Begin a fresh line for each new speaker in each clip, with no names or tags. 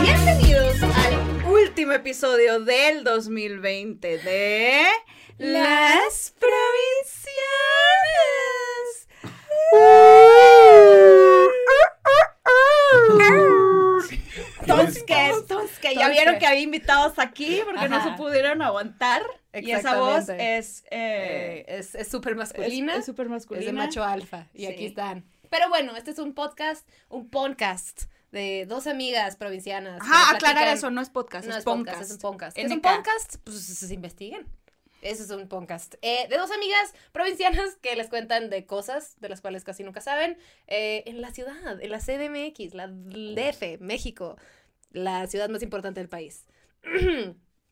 Bienvenidos al último episodio del 2020 de Las Provincianas. Tosques, tosques. Ya vieron que había invitados aquí porque no se
Ajá.
pudieron aguantar. Y esa voz
Exactamente.
es. eh,
Eh, es es súper masculina.
Es,
Es,
es súper masculina.
de macho alfa. Y
Sí.
aquí están. Pero bueno, este es un podcast, un podcast de dos amigas provincianas. que
Ajá,
platican-
aclarar eso, no es podcast,
No
es,
es podcast,
podcast.
es un podcast. ¿Qué es un
NK?
podcast? Pues se investiguen. Eso es un podcast. Eh, de dos amigas provincianas que les cuentan de cosas de las cuales casi nunca saben. eh, en la ciudad, en la CDMX, la DF, México. La ciudad más importante del país.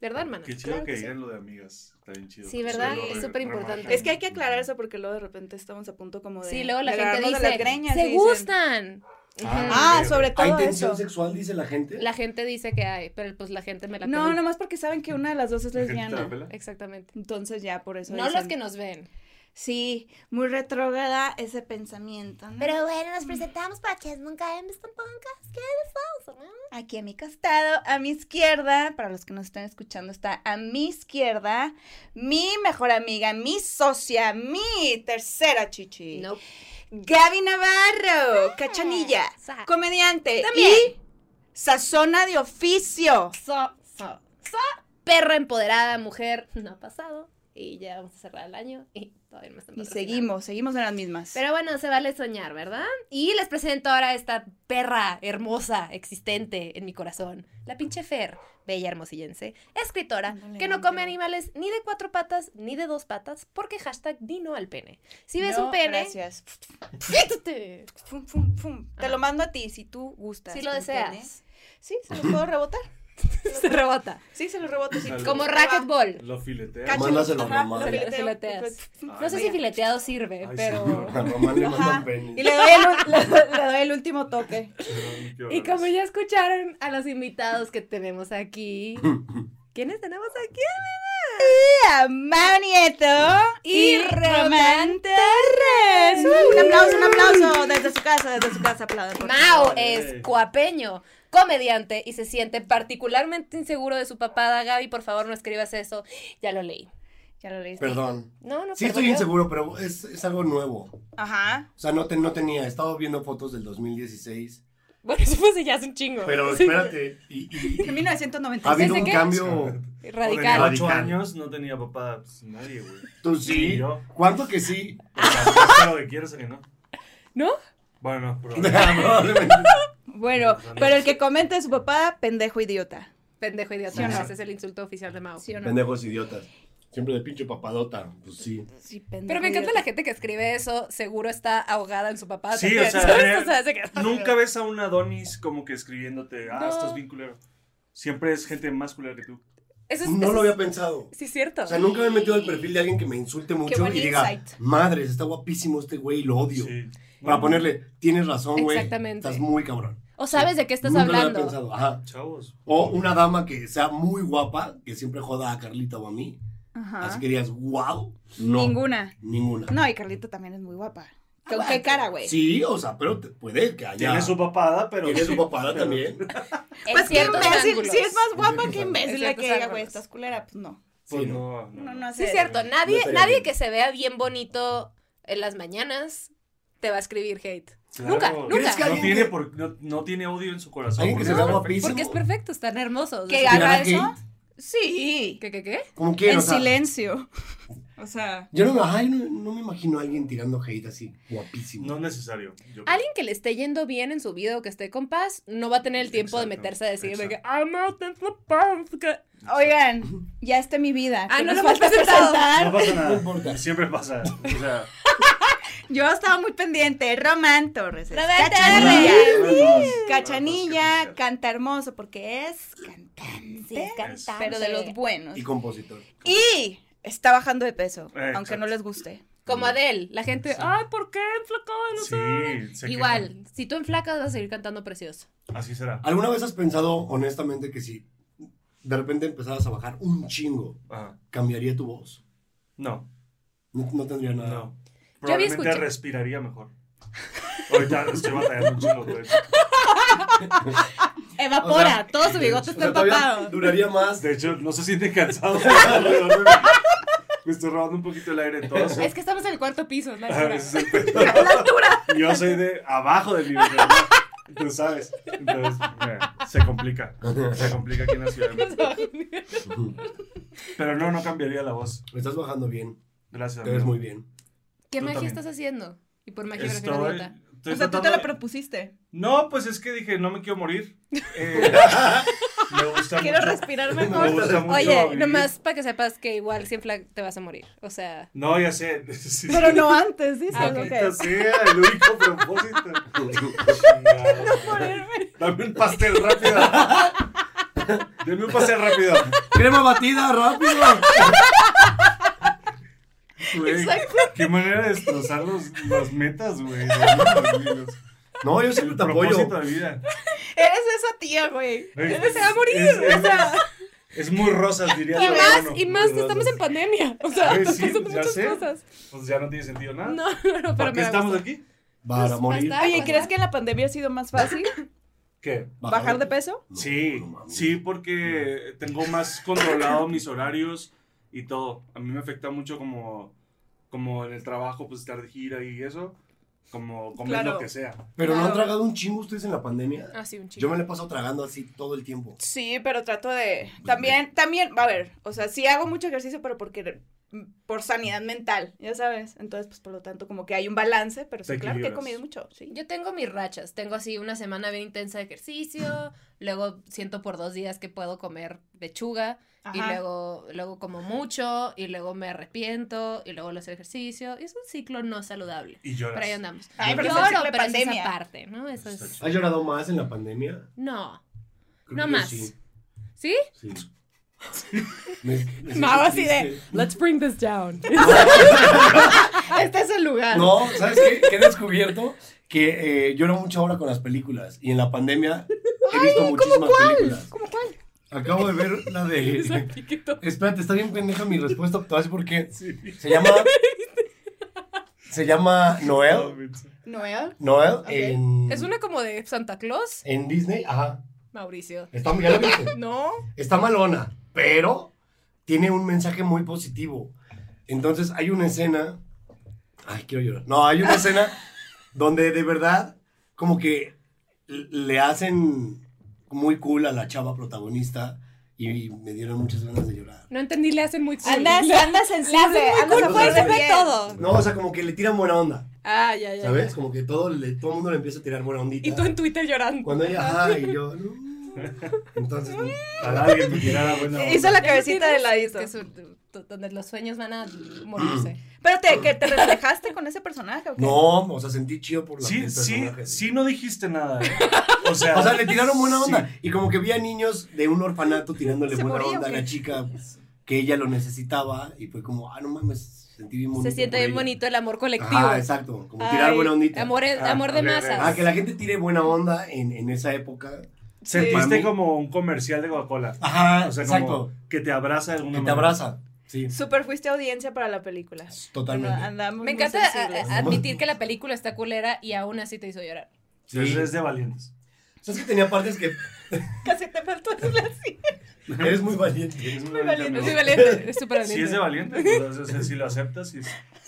¿Verdad, hermana?
Qué chido
Claro
que
sí.
digan lo de amigas. Está bien chido.
Sí,
que
¿verdad?
lo
Es
re-
súper importante.
remajan.
Es que hay que aclarar eso porque luego de repente estamos a punto como de.
Sí, luego la
de
gente
agarrarnos
dice,
de las greñas y
se
dicen,
gustan.
Ah,
Ujú.
Ah,
ok, ok.
sobre
¿Hay
todo
tensión
eso.
sexual, dice la gente?
La gente dice que hay, pero pues la gente me la
No,
pela.
nomás porque saben que una de las dos es
¿La gente te la
lesbiana.
pela?
Exactamente.
Entonces ya por eso.
No
dicen,
los que nos ven.
Sí, muy retrógrada ese pensamiento. ¿no?
Pero bueno, nos presentamos para que nunca hemos tampoco. ¿Qué les pasa, no?
Aquí a mi costado, a mi izquierda, para los que nos están escuchando, está a mi izquierda, mi mejor amiga, mi socia, mi tercera chichi.
No.
Ah,
Gaby Navarro, cachanilla,
Sa-
comediante
También.
y sazona de oficio.
So, so, so, perra empoderada, mujer. No ha pasado. Y ya vamos a cerrar el año y todavía no me están
Y
patrocinando.
seguimos, seguimos en las mismas.
Pero bueno, se vale soñar, ¿verdad? Y les presento ahora a esta perra hermosa, existente en mi corazón. La pinche Fer, bella hermosillense, escritora,
Ándale,
que no
ándale.
come animales ni de cuatro patas ni de dos patas, porque hashtag dino al pene. Si ves un pene,
Gracias.
quítate.
Fum, fum, fum. Te
Ah.
lo mando a ti si tú gustas.
Si lo
un pene.
deseas.
Sí, se los puedo rebotar.
Se rebota.
Sí, se los reboto. sí.
Salud.
Como
Se va.
racquetball.
Lo filetea.
Cacha-
Mándaselo a
Ajá,
mamá.
lo
Se lo-
fileteo.
se lo teas.
Ah,
No sé si
mira.
fileteado sirve,
Ay,
pero...
sí.
A mamá le mandan
Ajá.
penes.
Y le doy, el, ul- le, le doy el último toque.
Ay, qué
Y como
horrores.
ya escucharon a los invitados que tenemos aquí... ¿Quiénes tenemos aquí?
A Mau Nieto
Y
Román Torres. Uh, un aplauso, un aplauso. Desde su casa, desde su casa, aplaudan. por
Mao
favor.
es
Yay.
coapeño, comediante y se siente particularmente inseguro de su papada. Gaby, por favor, no escribas eso. Ya lo leí.
Ya lo leíste.
Perdón.
No, no,
Sí,
perdón,
estoy
yo-
inseguro, pero es, es algo nuevo. O
Ajá.
sea, no, te, no tenía. He estado viendo fotos del 2016.
Bueno, eso fue hace ya hace un chingo.
Pero
Sí.
espérate. y- y-
En
ha
1996.
habido
¿Desde
un
qué?
cambio.
Con
Radical.
Radical.
ocho años no tenía papá. Pues nadie, güey.
Tú
Ni
sí.
yo.
¿Cuánto que sí?
O sea, es lo que quieras o que no.
¿No?
Bueno, no, probablemente.
Probablemente.
Bueno, pero el que comenta de su papá, pendejo idiota.
Pendejo idiota.
Sí o no.
Ese es el insulto oficial de Mao.
¿Sí o no?
Pendejos idiotas. Siempre de pinche papadota. Pues sí.
Sí, pendejo
Pero me encanta
idiota.
la gente que escribe eso, seguro está ahogada en su papá.
Sí,
también,
o sea,
¿sabes?
eh,
O sea, se queda-
Nunca ves a un Adonis como que escribiéndote, ah,
No.
estás bien culero. Siempre es gente más culera que tú.
Eso es-
No
eso
lo
es-
había pensado.
Sí, es cierto.
O sea, nunca me he metido al perfil de alguien que me insulte mucho
buen
y diga,
insight.
madres, está guapísimo este güey y lo odio.
Sí.
Para
No,
ponerle, tienes razón, güey.
Exactamente.
Estás muy cabrón.
O sabes de qué estás
Nunca Lo había
hablando.
pensado. Ajá.
Chavos.
O una dama que sea muy guapa, que siempre joda a Carlita o a mí.
Ajá.
Así que dirías, wow. No.
Ninguna.
Ninguna.
No, y Carlita también es muy guapa.
Ah,
¿Con qué cara, güey?
Sí, o sea, pero te- puede que haya.
Tiene su papada, pero.
Tiene su papada
pero-
también.
En
Pues qué
ciertos
imbécil.
ángulos.
Si es más guapa,
En
que
ciertos
imbécil la
ángulos.
que diga, güey, estás culera. Pues no.
Pues
Sí, no.
no, no.
No, no
Sí,
hace
es cierto. Nadie,
estaría
nadie
bien.
que se vea bien bonito en las mañanas te va a escribir hate.
Claro.
Nunca, nunca.
¿Crees que
No
alguien
tiene,
que-
por- no, no tiene odio en su corazón.
Alguien que se
porque
vea
es perfecto.
guapísimo.
Porque es perfecto, están hermosos.
¿Que
O sea,
haga
¿Tirará
eso?
hate?
Sí.
¿Qué, qué, qué?
¿Cómo quién?
En
o sea,
silencio. O sea.
Yo no me, ay, no, no me imagino a alguien tirando hate así, guapísimo.
No es necesario. yo creo.
Alguien que le esté yendo bien en su vida o que esté con paz, no va a tener el tiempo de
Exacto,
meterse a decir de que
exacto.
I'm out in the pump. que-".
Oigan, ya está mi vida.
Ah,
¿Qué
no
nos
lo hemos
falta
presentado.
No
presentar?
pasa
No importa.
nada. Siempre pasa. O sea,
Yo estaba muy pendiente. Román Torres. es
Román
Cachanilla.
Torres.
Cachanilla, canta hermoso, porque es cantante.
Sí, es cantante.
Pero de los buenos.
Y compositor.
Y está bajando de peso,
Exacto.
aunque no les guste.
Como Adele, la gente, ay, ¿por qué enflacaba? No sé.
sí. se
Igual, si tú enflacas vas a seguir cantando precioso.
quejan. Así será.
¿Alguna vez has pensado, honestamente, que si de repente empezaras a bajar un chingo,
Ajá.
cambiaría tu voz?
Ah, No.
No, no tendría nada.
No.
Yo había
Probablemente
escuchado-
respiraría mejor. Ahorita estoy batallando un chingo con eso.
Evapora,
O sea,
todo su bigote
O
está
sea, todavía
empapado.
Duraría más.
De hecho, no se siente cansado. Me estoy robando un poquito el aire en todos.
Es que estamos en el cuarto piso, es la
Ah,
altura.
ese es el pedo. Yo soy de abajo del nivel. ¿no? Tú sabes. Entonces, mira, se complica. Se complica aquí en la ciudad. Pero no, no cambiaría la voz.
Me estás bajando bien.
Gracias.
Te ves
amigo.
muy bien.
¿Qué
Tú
magia
también.
estás haciendo? Y por magia me refiero a
Estoy.
dieta.
estoy
o sea, tú te
tratando
lo
de-
propusiste.
No, pues es que dije, no me quiero morir. Eh, me gusta
Quiero
mucho.
respirar
Me
mejor.
gusta mucho
Oye,
vivir.
nomás para que sepas que igual si en flag te vas a morir. O sea,
No, ya sé. Sí,
Pero
sí.
no antes, dices.
Ah,
ok.
Maldita sea, el único propósito. Pues Chingado. Dame un pastel rápido. Dame un pastel rápido.
Crema batida, rápido.
Güey,
Exacto.
Qué manera de destrozar los, las metas, güey. Los- los- los-
No, yo siempre
El
te apoyo.
propósito de vida.
Eres esa tía, güey.
Güey,
Eres- Se va a morir.
es- es-
o sea,
Es muy rosas, diría.
y
la
más,
Bono.
y más
Muy
que estamos
rosas.
en pandemia. O sea,
Ay, sí,
pasan
ya
muchas
sé.
cosas.
Pues ya no tiene sentido nada.
No, no, no, pero
¿Por qué
me
estamos
gusta.
aquí?
Para
Pues,
morir.
basta.
Oye, ¿crees que en la pandemia ha sido más fácil
¿Qué?
bajar de peso?
No,
Sí,
no mames.
sí, porque tengo más controlado mis horarios y todo. A mí me afecta mucho como, como en el trabajo, pues estar de gira y eso. Como comer
Claro.
lo que sea.
Pero no han
Claro.
tragado un chingo ustedes en la pandemia.
Ah, sí, un chico.
Yo me la he pasado tragando así todo el tiempo.
Sí, pero trato de. También, también, va a ver. O sea, sí hago mucho ejercicio, pero porque. Por sanidad mental, ya sabes. Entonces, pues por lo tanto, como que hay un balance, pero sí,
Te
claro que he
equilibras.
comido mucho. Sí.
Yo tengo mis rachas. Tengo así una semana bien intensa de ejercicio. luego siento por dos días que puedo comer lechuga. Y
Ajá.
luego, luego como mucho. Y luego me arrepiento. Y luego lo hago ejercicio. Y es un ciclo no saludable.
Y lloras.
Pero ahí andamos.
Ay,
Lloro,
pero es el
pero,
ciclo de
es esa
pandemia.
parte, ¿no? Eso
pues.
es.
Está
¿Has llorado más en la pandemia?
No.
Creo
No
que yo
más.
Sí.
¿Sí?
sí. Me- me siento
Mau así
triste.
de-
Let's bring this down. este es el lugar.
No, ¿sabes qué? Que he descubierto que eh, lloro mucho ahora con las películas. Y en la pandemia he visto muchísimas películas.
¿Cómo cuál?
Acabo de ver la de.
Piquito.
Espérate, está bien pendeja mi respuesta. Te voy a decir por qué. Se llama. Se llama Noel.
¿Noel?
Noel
Ok.
en.
Es una como de Santa Claus,
En Disney, ajá.
Mauricio.
Está, ya la viste.
No.
está malona, pero tiene un mensaje muy positivo. Entonces hay una escena. Ay, quiero llorar. No, hay una escena donde de verdad, como que l- le hacen muy cool a la chava protagonista y me dieron muchas ganas de llorar.
No entendí, le hacen muy cool.
Andas,
Le-
andas sensible, andas
cool,
a fuerza
pues,
de
ve todo.
No, o sea, como que le tiran buena onda,
Ah, ya, ya.
¿sabes? Como que todo, le, todo el mundo le empieza a tirar buena ondita.
Y tú en Twitter llorando.
Cuando ella, ay, yo, no. Entonces, no.
Ojalá alguien me tirara buena onda.
Hizo la
Ya no
cabecita de
tienes-
ladito.
que su- tu- tu- donde los sueños van a morirse.
Pero te, que te reflejaste con ese personaje, ¿o qué?
No, o sea, sentí chido por la
Sí,
el
sí,
personaje.
sí, no dijiste nada. ¿eh? O sea,
O sea, le tiraron buena
sí.
onda. Y como que vi a niños de un orfanato tirándole
¿Se
buena
moría o
onda a
qué?
la chica que ella lo necesitaba. Y fue como, ah, no mames, sentí bien bonito.
Se siente
por
bien
ella.
bonito el amor colectivo.
Ajá, exacto. Como tirar
Ay,
buena ondita.
amor,
Ah,
amor de
ok, ok.
masas.
Ah, que la gente tire buena onda en, en esa época.
Sentiste
Para mí-
como un comercial de Coca-Cola.
Ajá,
O sea,
exacto.
como que te abraza de alguna
Que te
manera.
abraza. Sí,
Super fuiste audiencia para la película.
totalmente.
Anda- andamos muy
Me encanta ah, a-
sensibles.
a- admitir que la película está culera y aún así te hizo llorar.
Sí.
Eso es de valientes.
¿Sabes que tenía partes que
ah,
Casi te faltó decirle así.
eres muy valiente?
Es
Muy valiente,
Es
amigo.
muy valiente, es súper
Sí, es de
valiente.
valiente. Entonces, o sea, si lo aceptas, sí.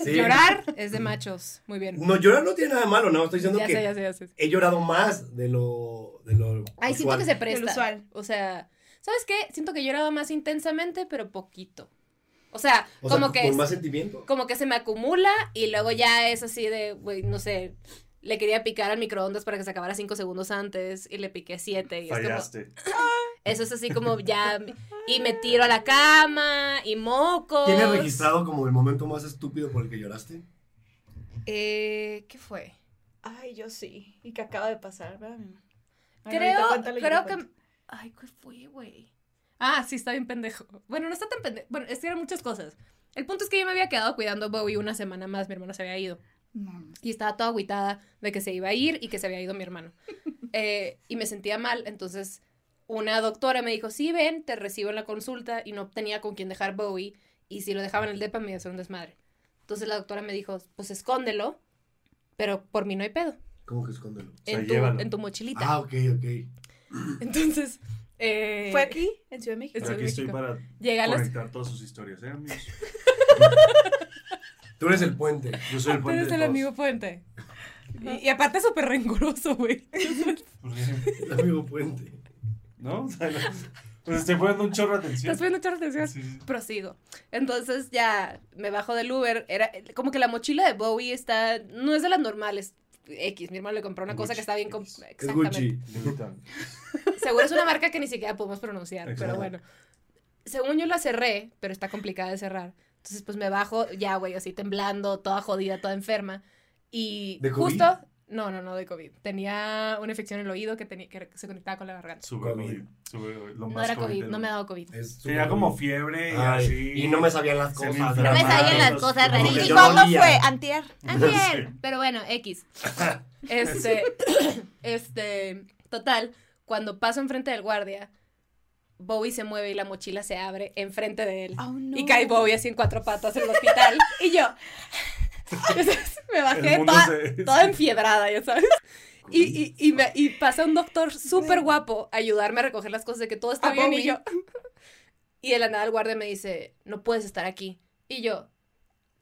Sí.
Llorar es de machos. Muy bien.
No, llorar no tiene nada de malo, no. Estoy diciendo
ya
que
sé, ya sé, ya sé.
he llorado más de lo. De lo
Ay, siento
usual.
que se presta.
Del usual.
O sea, ¿sabes qué? Siento que lloraba más intensamente, pero poquito. O sea,
O sea,
como que
Con más sentimiento.
como que se me acumula y luego ya es así de, güey, no sé, le quería picar al microondas para que se acabara cinco segundos antes y le piqué siete. Y es como,
Fallaste.
eso es así como ya, y me tiro a la cama y moco.
¿Tienes registrado como el momento más estúpido por el que lloraste?
Eh, ¿qué fue?
Ay, yo sí. Y que acaba de pasar, ¿verdad? mi amor? Bueno,
creo,
ahorita cuéntalo y yo
creo
te
que... Ay, ¿qué fue, güey? Ah, sí, está bien pendejo. Bueno, no está tan pendejo. Bueno, es que eran muchas cosas. El punto es que yo me había quedado cuidando a Bowie una semana más. Mi hermano se había ido.
cuento.
Y estaba toda agüitada de que se iba a ir y que se había ido mi hermano. Eh, y me sentía mal, entonces una doctora me dijo, sí, ven, te recibo en la consulta y no tenía con quién dejar Bowie y si lo dejaba en el DEPA me iba a hacer un desmadre. Entonces la doctora me dijo, pues escóndelo, pero por mí no hay pedo.
¿Cómo que escóndelo?
sea,
en, tu,
llévalo.
en tu mochilita.
Ah, ok, ok.
Entonces, eh,
¿Fue aquí, en Ciudad de México?
en
Pero
Ciudad
aquí
de
estoy
México.
para
Llega a los-
conectar todas sus historias, ¿eh, amigos?
Tú eres el puente.
Yo soy el
Ah, Tú
puente
eres
de
el
todos.
amigo puente. Y, y aparte es súper rengoroso, güey.
¿Por qué?
El amigo puente.
¿No? O sea, no. Pues estoy poniendo un chorro de atención.
Estás poniendo echar atención.
Sí, sí.
Prosigo. Entonces ya me bajo del Uber. Era como que la mochila de Bowie está. No es de las normales. X. Mi hermano le compró una cosa
Gucci.
que está bien. com-
Es
Es
Exactamente.
Gucci.
Louis Vuitton.
Seguro es una marca que ni siquiera podemos pronunciar, pero
Exacto.
bueno. Según yo la cerré, pero está complicada de cerrar. Entonces, pues me bajo, ya, güey, así temblando, toda jodida, toda enferma. Y
¿De COVID?
justo. No, no, no de COVID. Tenía una infección en el oído que, tenía, que se conectaba con la garganta.
Sube,
COVID.
güey, sube, güey, lo
No
más
era COVID,
del
no me ha
mundo.
dado COVID.
Es
Tenía
súper
como
bien.
fiebre y
Ay,
así.
Y no me sabían las
Se me
cosas.
inflamaron
No me sabían las
los-
cosas,
como que
¿Y
rarísimas.
yo-
cuándo
dolía.
fue? Antier.
Antier,
Sí.
Ah, pero bueno, X. Este, este, total, cuando paso enfrente del guardia, Bowie se mueve y la mochila se abre enfrente de él.
Oh, no.
Y cae Bowie así en cuatro patas en el hospital. y yo. Entonces, me
El
bajé
mundo
toda,
se-
toda enfiebrada, ya sabes. Y, y, y, me- y pasa un doctor súper guapo a ayudarme a recoger las cosas de que todo está
A
bien.
Bowie.
Y yo. Y de la nada el guardia me dice: No puedes estar aquí. Y yo.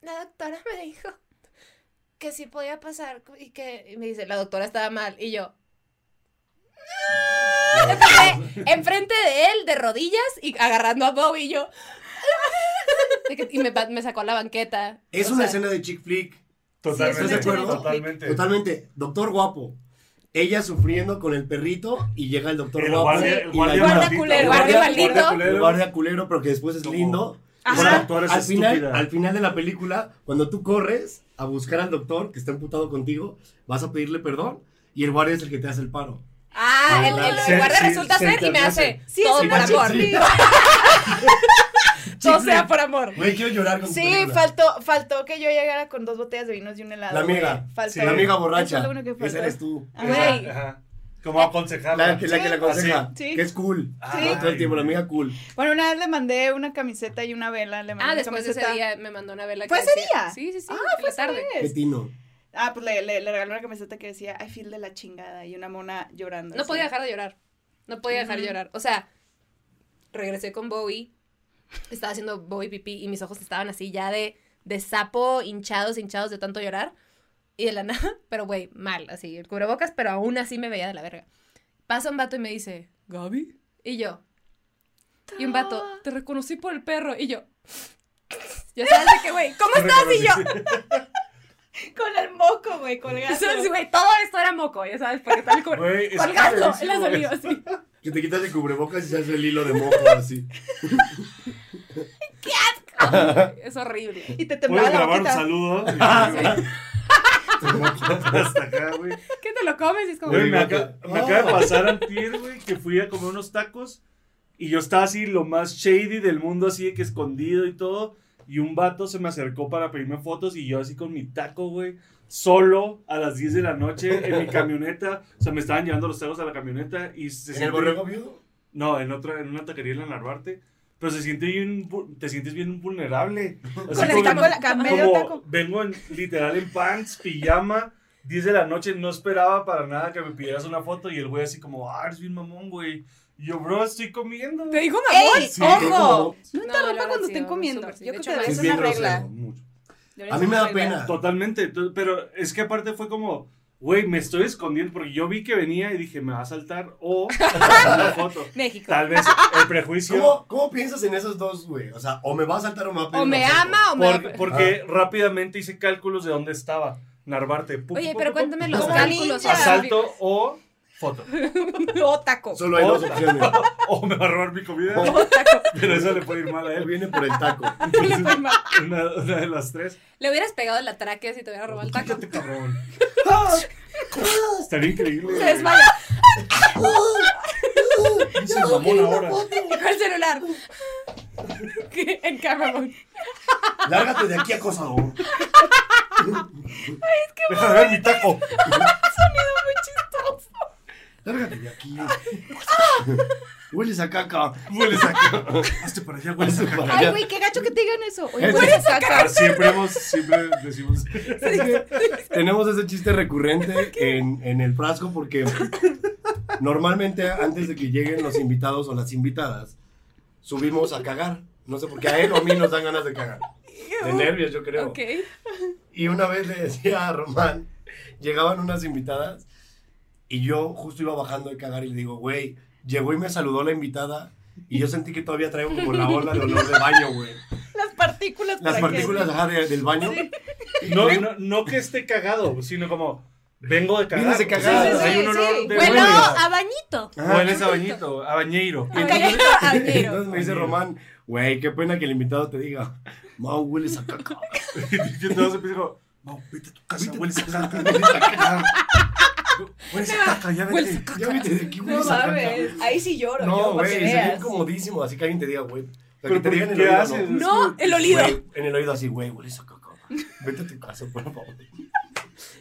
La doctora me dijo que sí podía pasar. Y que y me dice: La doctora estaba mal. Y yo. Entonces, enfrente de él, de rodillas y agarrando a Bowie. Y yo. De que- Y me, pa- me sacó a la banqueta.
Es
O
una
sea,
escena de chick flick.
Totalmente.
¿Estás de acuerdo?
Totalmente.
Totalmente. Doctor guapo. Ella sufriendo con el perrito y llega el doctor
El
guapo.
guardia,
y
el
la
guardia,
llama-
guardia
maldito,
culero,
el
guardia
guardia
maldito.
el
culero.
guardia culero, pero que después es
Como-
lindo.
Ajá.
Bueno,
Tú eres
al, final,
estúpida.
al final de la película, cuando tú corres a buscar al doctor que está emputado contigo, vas a pedirle perdón y el guardia es el que te hace el paro.
Ah, el, el
Se-
guardia
se-
resulta
se
ser y me hace.
enternece.
Sí,
todo
es
por
una
amor.
Sí.
Todo sea por amor.
Güey, quiero llorar con tu
Sí,
película.
faltó, faltó que yo llegara con dos botellas de vinos y un helado.
La
güey.
amiga.
Faltó.
Sí.
La amiga
Eso es
borracha.
lo único que faltó.
Esa eres tú.
Ah,
Ajá,
Güey.
ajá. Como aconsejarla.
La que, la que le aconseja.
Sí.
Que es cool.
Sí.
Todo el tiempo, la amiga cool.
Bueno, una vez le mandé una camiseta y una vela. Le mandé
Ah,
una
después de ese
camiseta.
día me mandó una vela. que
¿Fue ese
decía-
día?
Sí, sí, sí.
Ah,
en la tarde.
Qué tino.
Ah, pues le, le, le regaló una camiseta que decía I feel de la chingada y una mona llorando.
No
así.
podía dejar de llorar. No podía dejar de llorar. O sea, regresé con Bowie. Estaba haciendo Bowie pipí y mis ojos estaban así ya de, de sapo, hinchados, hinchados de tanto llorar. Y de la nada, pero güey, mal, así, el cubrebocas, pero aún así me veía de la verga. Pasa un vato y me dice, ¿Gaby? Ah. Y yo. Y un vato, te reconocí por el perro. Y yo. Ya sabes de qué, güey, ¿cómo estás? Y yo.
Con el moco, güey, colgado.
Entonces, güey, todo esto era moco, ya sabes, porque tal cual.
Güey, es
Colgando, él
padrísimo
ha salido
eso.
así.
Que te quitas el cubrebocas y se hace el hilo de moco así.
Ay, Es horrible.
Y te
Puedes
temblaba la
grabar un
boquita.
saludo. Hasta acá, güey.
¿Qué te lo comes? Y es como.
Güey, me,
Oiga,
acá-
que-
me
Oh.
acaba de pasar antier, güey, que fui a comer unos tacos y yo estaba así lo más shady del mundo, así de que escondido y todo. Y un vato se me acercó para pedirme fotos y yo así con mi taco, güey, solo a las 10 de la noche en mi camioneta. O sea, me estaban llevando los tacos a la camioneta y se
¿En
siente-
el borrego viudo?
No, en, otra, en una taquería en la Narvarte. Pero se siente bien, vu- te sientes bien vulnerable. Así
Con el
como-
taco, la, con medio
como
taco.
vengo en, literal en pants, pijama, 10 de la noche, no esperaba para nada que me pidieras una foto y el güey así como, ah, eres bien mamón, güey. Y yo, bro, estoy comiendo.
Te digo
¡Ey!
Sí,
¡Ojo! No
No, la
interrumpa
verdad
cuando
sí,
estén
no,
comiendo.
súper sí.
Yo
De
creo
hecho,
que
sí,
debería
Es
ser una
bien
regla.
"Ah".
grosero. mucho.
Debería
A
ser
mí me
una
da
regla.
pena.
Totalmente, to- pero es que aparte fue como, güey, me estoy escondiendo porque yo vi que venía y dije, me va a saltar o una foto.
México.
Tal vez el prejuicio.
¿Cómo, ¿Cómo piensas en esos dos, güey? O sea, o me va a saltar o me va a pedir
O
un
me
asalto.
ama o me.
por- porque rápidamente hice cálculos de dónde estaba. Narvarte. Pum,
Oye,
pum,
pero
pum, pum.
cuéntame los
Como
cálculos.
ninja.
Asalto o foto.
O taco.
Solo hay dos
Otra.
opciones.
O me va a robar mi comida.
O
Pero eso le puede ir mal a
él
él.
viene por el taco.
Entonces, una, una de las tres.
Le hubieras pegado la tráquea si te hubiera robado el taco.
Quítate, cabrón. Estaría increíble.
Se desmaya.
Dice el mamón ahora.
Dejó el celular. ¿Qué? En cámara. güey.
Lárgate de aquí, acosador.
Deja de ver mi taco.
Lárgate de aquí. Hueles a caca. Hueles a caca.
Hazte para allá, hueles a
Hazte para
caca.
allá.
Ay, güey, qué gacho que te digan eso. Oye,
Eso.
¿cuál es acá?
Ah, Siempre, hemos, siempre decimos.
Tenemos ese chiste recurrente en, en el frasco porque normalmente antes de que lleguen los invitados o las invitadas, subimos a cagar. No sé por qué a él o a mí nos dan ganas de cagar. De nervios, yo creo.
Ok.
Y una vez le decía a Román, llegaban unas invitadas y yo justo iba bajando de cagar y le digo, güey, llegó y me saludó la invitada y yo sentí que todavía traigo como la ola de olor de baño, güey.
Las partículas.
Las
para que-
partículas ajá, de- del baño. Y
No,
le-
no, no que esté cagado, sino como. Vengo de cagar.
Vienes de cagar. Ah,
O sea,
Sí, sí,
Hay un
sí.
olor de
Bueno,
baño.
a bañito.
Ajá.
ah, Hueles a bañito, a bañeiro.
Y
Ay,
entonces-
no, admiro.
Entonces me dice Román, güey, qué pena que el invitado te diga, Mau, hueles a caca.
Y entonces empiezo como, Mau, vete a tu casa,
Vete a tu
hueles a
casa,
caca.
hueles a caca.
Hueles a caca, ya
Hueles
vete.
Ya vete de aquí,
No
hueles a caca.
mames. Ahí sí lloro.
No,
yo, para
güey,
que
se ve
veas.
incomodísimo, así que alguien te diga, güey. O sea,
Pero
que te
¿por
digan en
qué
el oído,
haces?
¿no?
No, el olido.
Güey, en el oído así, güey, hueles a caca. Vete a tu casa, por favor.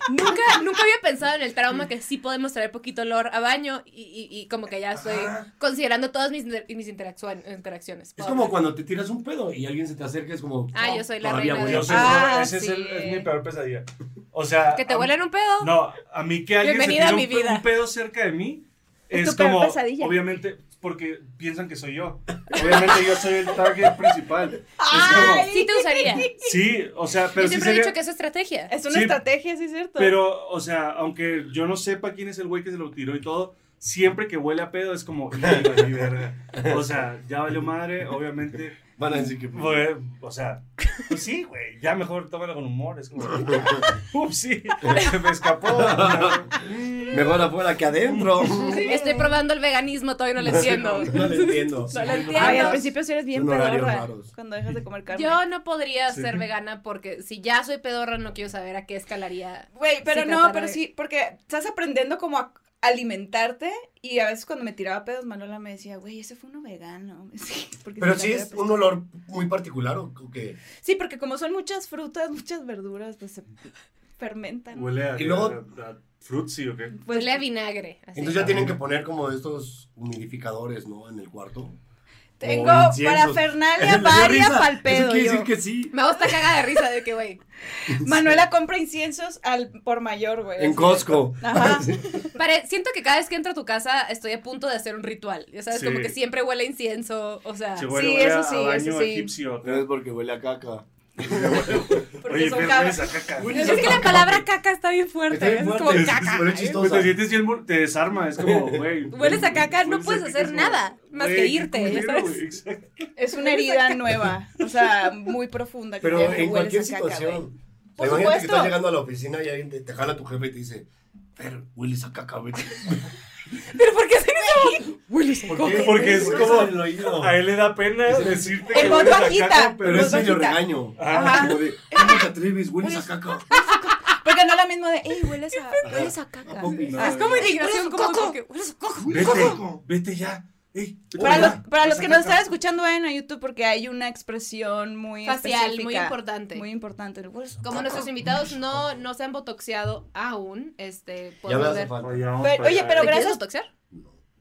Nunca, nunca había pensado en el trauma que sí podemos traer poquito olor a baño y, y- y como que ya estoy
Ajá.
considerando todas mis, inter- mis interacción- interacciones.
Es como cuando te tiras un pedo y alguien se te acerca, es como.
Ah, yo soy la
todavía
reina
huele.
Yo
de-
sé,
Ah,
no, ese es, el-
sí.
es mi peor pesadilla. O sea.
Que te
a-
huelen un pedo.
No, a mí que alguien
Bienvenida
se
a
tire
mi
un, pe-
vida.
un pedo cerca de mí
Es
es
tu peor
como,
pesadilla.
obviamente, porque piensan que soy yo. Obviamente yo soy el target principal. Es como,
Sí te usaría.
sí, o sea, pero
Yo
sí
siempre he
sería-
dicho que es estrategia.
Es una
Sí.
estrategia, sí, es cierto.
Pero, o sea, aunque yo no sepa quién es el güey que se lo tiró y todo, siempre que huele a pedo es como, "Hijo de mi verga". O sea, ya valió madre, obviamente.
Van a decir que.
Fue, o sea, pues sí, güey, ya mejor tómalo con humor. Es como, ups, sí, se me escapó.
Mejor afuera que adentro.
Estoy probando el veganismo, todavía no lo entiendo.
No lo entiendo.
No lo
Ay, al
entiendo.
principio sí eres bien
Son horarios
pedorra
raros.
cuando dejas de comer carne.
Yo no podría
Sí.
ser vegana porque si ya soy pedorra no quiero saber a qué escalaría.
Güey, pero
Se
no,
tratara
pero
de-
sí, porque estás aprendiendo como a alimentarte y a veces cuando me tiraba pedos Manuela me decía, güey, ese fue uno vegano. Sí, porque
Pero
se
sí
trataba
es
de-
un olor muy particular o o qué.
Sí, porque como son muchas frutas, muchas verduras, pues se fermentan.
Huele a,
Y luego-
a- a frutzi o qué.
Pues,
Huele a vinagre. así.
Entonces ya tienen que poner como estos humidificadores, ¿no? En el cuarto.
tengo
O inciensos.
para Fernalia
Me dio
varias
risa.
pal
Eso
pedo.
quiere
yo.
decir que sí.
Me gusta caga de risa de que, güey,
Manuela compra inciensos al por mayor, güey.
En
así.
Costco.
Ajá.
pare- siento que cada vez que entro a tu casa estoy a punto de hacer un ritual. Ya sabes,
Sí.
como que siempre huele a incienso, o sea,
Se huele,
Sí,
huele
eso
a
sí,
baño
eso sí.
egipcio.
Pero es porque huele a caca.
porque
Oye,
son
pero
cabras.
hueles a caca.
Huele-
Es que la palabra caca está bien fuerte.
Está bien
es
fuerte,
como
es-
caca.
huele
¿eh?
chistoso.
Pues te sientes bien, mor- te desarma, es como, güey.
Hueles a caca, no
hueles a
puedes
caca,
hacer
es
nada más que
güey,
irte,
qué culero,
¿sabes?
güey, exacto.
Es una herida nueva, o sea, muy profunda. que
Pero
tiene,
en
hueles
cualquier
a caca, güey.
situación. O sea,
Por
imagínate que
supuesto.
estás llegando a la oficina y alguien te, te jala tu jefe y te dice, Fer, hueles a caca, vete.
Pero ¿por qué hacen eso?
¿Por qué?
Porque es
Hueles
como-
en el oído.
A él le da pena decirte que
En voz
hueles a
bajita.
caca, pero
Pero
Los
es medio
bajita.
regaño.
Ajá.
Como de, ¿Cómo te atreves? Hueles a caca.
Porque no es la misma de, ey, hueles a, hueles a caca.
No,
es como
no.
indignación, como
Coco.
que hueles a coco.
Vete, vete ya. Ey, vete
Para
ya.
los, para los
Hueles
que
a
nos
caca.
están escuchando, vayan a YouTube porque hay una expresión muy
Facial, muy
específica,
importante.
Muy importante. Pues, El hueles a
Como
caca.
nuestros invitados no, no se han botoxeado aún, este,
Ya me
podemos
hace
ver.
falta.
Oye, vamos
Pero-
para
oye,
allá.
pero-
¿Te quieres
gracias-
botoxear?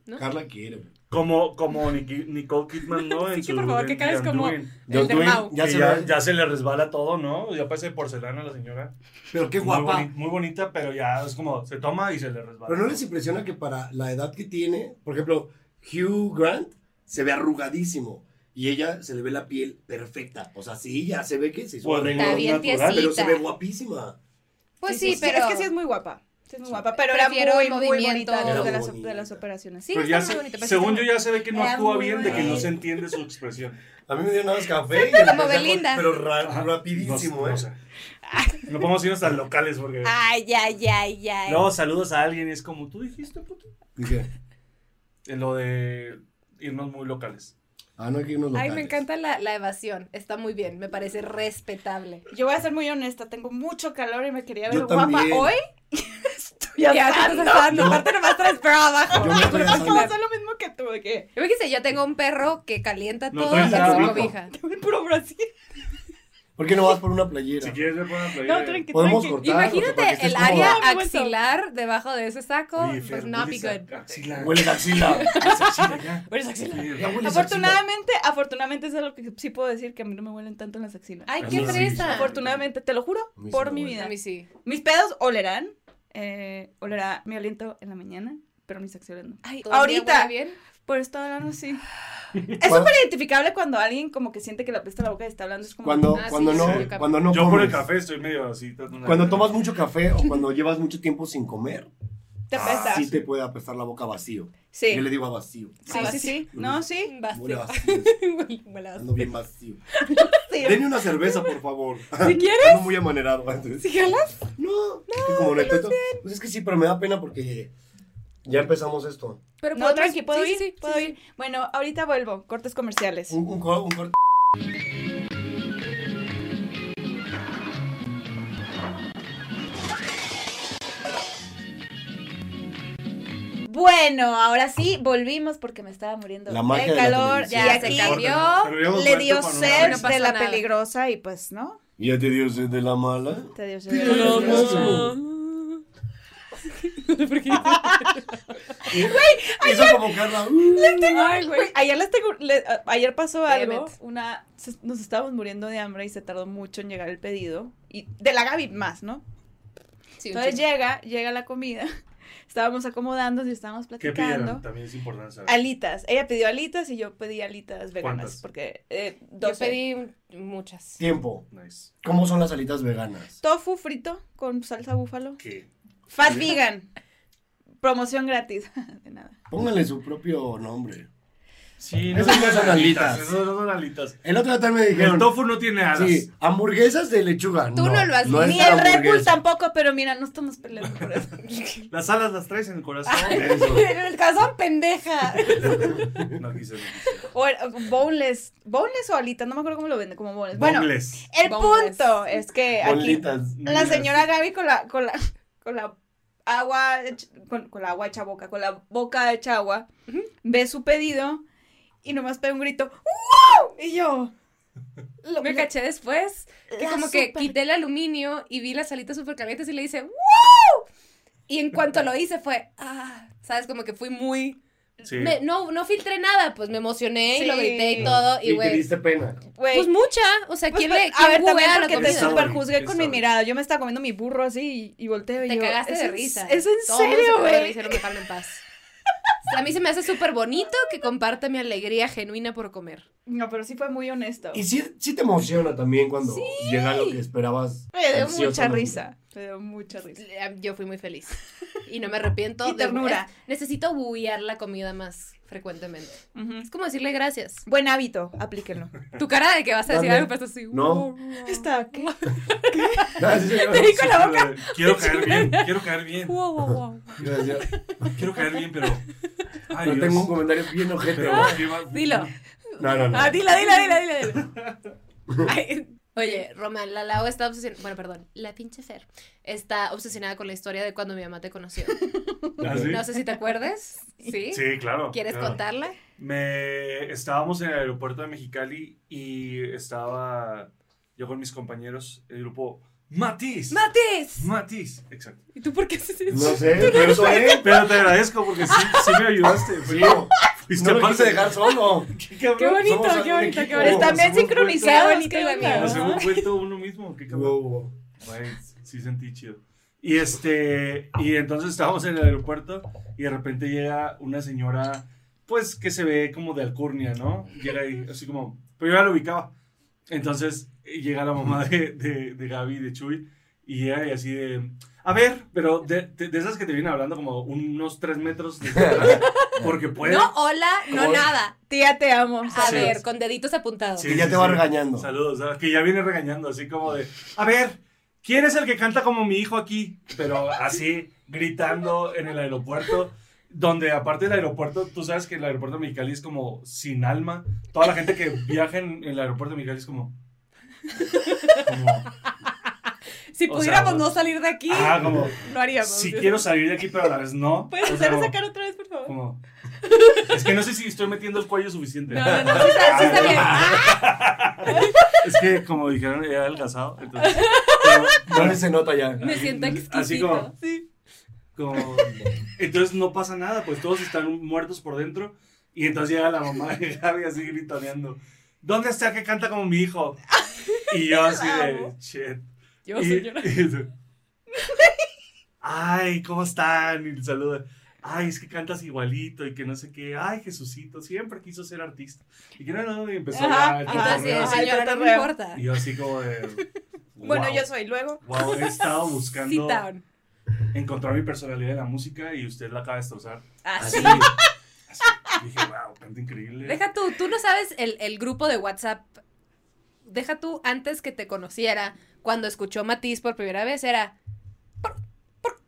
¿No?
Carla quiere.
Como, como Niki- Nicole Kidman, ¿no? En
Sí, que
su-
por favor,
en
que caes
The
como-
Undoing.
El
John
de
Dwayne,
Mau.
ya
Que
se
ya,
ve.
ya se le resbala todo, ¿no? Ya parece porcelana la señora.
Pero qué
Muy
guapa.
boni- Muy, bonita, pero ya es como, se toma y se le resbala.
Pero no les impresiona que para la edad que tiene, por ejemplo, Hugh Grant se ve arrugadísimo y ella se le ve la piel perfecta. O sea, sí, ya se ve que se hizo
Pues,
una
Está
no,
bien
natural,
pero se ve
tiesita.
guapísima.
Pues sí, pero...
Es que sí es muy guapa. Sí es muy guapa, pero era
Prefiero
muy,
el
muy bonita
movimiento.
Era
de
muy
las,
bonita.
de las operaciones. Sí.
Sí,
Pero
está
Pues ya
muy
se-
bonito, pero sí
según
está
yo ya se ve que no
Era
actúa
muy
bien, de que no
bonita.
se entiende su expresión.
A mí me dio nada más café. y
Como
empecé a-
Belinda.
Pero ra-
No,
rapidísimo,
no
¿eh?
sé. No podemos irnos a locales porque...
Ay, ay, ay, ay.
Luego saludos a alguien y es como, ¿tú dijiste, puto?
Dije,
En lo de irnos muy locales.
ah, no hay que irnos
Ay,
locales.
me encanta la, la evasión. Está muy bien. Me parece respetable.
Yo voy a ser muy honesta, tengo mucho calor y me quería ver
Yo
guapa
también.
hoy. Estoy asando.
No.
Aparte nomás traes pero abajo.
Yo me estoy
Vamos a
asando.
hacer lo mismo que tú, de que
Yo me quise, yo tengo un perro que calienta
No
todo
traes
hasta que se
abajo.
cobija.
tengo el puro Brasil.
¿Por qué no vas por una playera?
Si quieres, me pongo una playera.
No, tranqui,
Podemos
tranqui.
cortar. para que
Imagínate
estés
el área
cómoda.
axilar debajo de ese saco.
Oye,
Pues
Fer,
not be
hueles a
good.
axila.
Hueles a axila.
Hueles a axila, ya.
Pero es axila.
Sí,
Ya hueles a axila.
Afortunadamente, afortunadamente eso es lo que sí puedo decir, que a mí no me huelen tanto las axilas.
Ay,
A
qué
mí sí.
fresa.
Afortunadamente, te lo juro,
A mí sí
por
me
mi
huele.
vida.
A mí sí.
Mis pedos olerán, eh, olerá mi aliento en la mañana, pero mis axilas no.
Ay,
¿Todo el día
Ahorita.
huele bien?
Por esto hablando así. Es
Cuando-
súper identificable cuando alguien como que siente que le apesta la boca y está hablando. Es como,
Cuando,
Ah, sí,
cuando,
sí,
no,
sí, yo
cuando no
Yo por el
comes.
café estoy medio así. tratando de-
Cuando tomas mucho café o cuando llevas mucho tiempo sin comer,
te apesta.
Ah, sí te puede apestar la boca vacío.
Sí.
Yo le digo "Ah, a vacío.
Sí, sí, sí. No, sí.
Huele
Basta.
vacío.
Huele a
Ando bien vacío.
Sí.
Denme una cerveza, por favor.
Si quieres.
Ando muy amanerado antes.
Si jalas.
No, es que como no hay tanto- Pues es que sí, pero me da pena porque ya empezamos esto.
Pero
No,
podemos-
tranqui, ¿puedo
sí,
ir?
sí, sí,
¿Puedo
sí,
ir? Bueno, ahorita vuelvo. Cortes comerciales.
Un, un, cor- un corte.
Bueno, ahora sí, volvimos porque me estaba muriendo
La magia
el
de la
calor.
televisión.
Ya
y
se
aquí
cambió.
Pero hubiéramos
le
muerto
dio
con una
sed
No
vez.
pasa
de la
nada.
peligrosa y pues, ¿no?
¿Ya te dio sed de la mala?
Te dio sed.
Pero no,
Güey,
Hizo como Carla. "Uh".
Ay, güey.
Ayer, les tengo- le- a- ayer pasó
Damn
algo,
it.
una, se- nos estábamos muriendo de hambre y se tardó mucho en llegar el pedido, y de la Gaby más, ¿no?
sí, un
Entonces
chingo.
llega, llega la comida, estábamos acomodándonos y estábamos
¿Qué pidieron?
platicando.
También es importante saber.
Alitas, ella pidió alitas y yo pedí alitas veganas,
¿Cuántas?
porque eh,
Yo
12.
pedí un- muchas.
Tiempo.
Nice.
¿Cómo son las alitas veganas?
Tofu frito con salsa búfalo.
¿Qué?
Fat vegan. Promoción gratis. De nada.
Pónganle su propio nombre.
Sí,
Esas no son alitas.
Esas no son alitas.
El otro día me
El
dijeron.
tofu no tiene alas.
Sí, hamburguesas de lechuga.
Tú no lo has-
es
Ni
la
el Red Bull
hamburguesa.
tampoco, pero mira, no estamos peleando por eso.
Las alas las traes en el corazón.
El calzón pendeja.
No quise, no quise.
O el- o boneless. ¿Boneless o alitas? No me acuerdo cómo lo vende, como boneless.
Pues
Bueno,
Boneless.
el
Boneless.
punto es que aquí
Bolitas.
la señora Gaby con la, con la, con la agua, hech- con, con la agua hecha boca, con la boca hecha agua, ve su pedido y nomás pega un grito. ¡Wow! Y yo... lo-
Me
lo-
caché después que
La
como que
super-
quité el aluminio y vi las alitas súper calientes y le hice ¡Wow! Y en cuanto lo hice fue, ah, sabes, como que fui muy...
Sí.
me- no, no filtré nada, pues me emocioné y lo
Sí.
grité y todo. Y
Y te
güey,
diste pena.
Güey,
pues mucha, o sea,
Pues,
¿quién
pues, a
le
ver,
quién
también
huevea la
porque te
comida?
super
Qué
juzgué con mi
sabor.
mirada. Yo me estaba comiendo mi burro así y, y volteo y
Te
yo,
cagaste
"¿Es
de
en-
risa.
¿Es en
Todo el mundo se
serio,
cagó de
güey?
risa, no me dejaron en paz. A mí se me hace súper bonito que comparta mi alegría genuina por comer.
No, pero sí fue muy honesto.
Y sí, sí te emociona también cuando llega lo que esperabas.
Me dio mucha
ansiosamente.
risa. Me dio mucha risa.
Yo fui muy feliz. Y no me arrepiento.
Y
de-
ternura.
es- necesito bullear la comida más frecuentemente.
Ujú.
Es como decirle gracias.
Buen hábito, aplíquenlo.
Tu cara de que vas a decir
¿Dónde?
algo, pero estás así.
No.
Está, ¿qué?
Ah, sí, señor.
Sí, pero, eh, Quiero caer bien, quiero caer bien.
Wow, wow, wow.
Gracias.
Quiero caer bien, pero. Ay,
Pero
Dios.
tengo un comentario bien ojete.
Pero,
güey.
¿qué va-
Dilo.
No, no, no.
Ah, dila, dila, dila, dila, dila. Ay, Oye, Román, la Lau está obsesionada. Bueno, perdón, la pinche Fer está obsesionada con la historia de cuando mi mamá te conoció.
¿Ah, sí?
No sé si te acuerdes. ¿Sí?
Sí, Ah. claro.
¿Quieres
claro.
contarla?
Me estábamos en el aeropuerto de Mexicali y estaba yo con mis compañeros, el grupo Matiz.
¡Matis!
Matiz, exacto.
¿Y tú por qué haces eso?
No sé, pero eso es.
Pero te agradezco porque sí, sí me ayudaste.
Sí.
Fue-
No
fuiste
me
parte.
quise dejar solo.
Qué, cabrón.
Qué bonito,
Somos
qué
un
bonito, qué
equipo.
bonito.
Están bien
Nos hemos
sincronizados.
vuelto-
qué
Qué bonito
onda.
Nos hemos vuelto uno mismo. Qué cabrón.
Wow.
Güey, sí sentí chido. Y este, y entonces estábamos en el aeropuerto y de repente llega una señora, pues que se ve como de alcurnia, ¿no? Llega ahí, así como, pero yo ya lo ubicaba. Entonces eh, llega la mamá de, de, de Gaby, de Chuy, y llega y así de, a ver, pero de, de- de esas que te vienen hablando como unos tres metros de porque puede.
No, hola, no
¿Cómo?
nada.
Tía, te amo.
A
Pues, Sí.
ver, con deditos apuntados.
Sí.
Que ya te va regañando.
Saludos, ah, que ya viene regañando, así como de, a ver, ¿quién es el que canta como mi hijo aquí? Pero así, gritando en el aeropuerto, donde aparte del aeropuerto, tú sabes que el aeropuerto de Mexicali es como sin alma. Toda la gente que viaja en el aeropuerto de Mexicali es como... como,
Si
O sea,
pudiéramos
vos-
no salir de aquí,
ah, como,
lo haríamos.
si quiero salir de aquí, pero a la vez no.
¿Puedes
O sea,
hacer
como-
esa cara otra vez, por favor?
como, Es que no sé si estoy metiendo el cuello suficiente.
No, no, no, sí está, sí está bien.
Ah, Es que como dijeron, he adelgazado. Entonces,
No le se nota ya.
Me siento exquisito.
Así como- como- entonces no pasa nada, pues todos están muertos por dentro. Y entonces llega la mamá de Javi así gritoneando. ¿Dónde está que canta como mi hijo? Y yo así de, shit.
Yo,
Y-
señora.
y- Ay, ¿cómo están? Y saluda. Ay, es que cantas igualito y que no sé qué. Ay, Jesucito, siempre quiso ser artista. Y que no, no, y empezó
Ajá,
ya el
ajá,
cotorreo
Entonces,
Ajá,
así.
el
señora, no me
cotorreo.
importa.
ah, Y yo así como de.
Bueno,
wow,
yo soy luego.
Wow, he estado
Sit
buscando
down.
encontrar mi personalidad en la música y usted la acaba de destrozar.
Así.
Así. así. Dije, wow, canta increíble.
Deja tú, tú no sabes el, el grupo de WhatsApp. Deja tú, antes que te conociera, cuando escuchó Matiz por primera vez, era. ¿Por, por,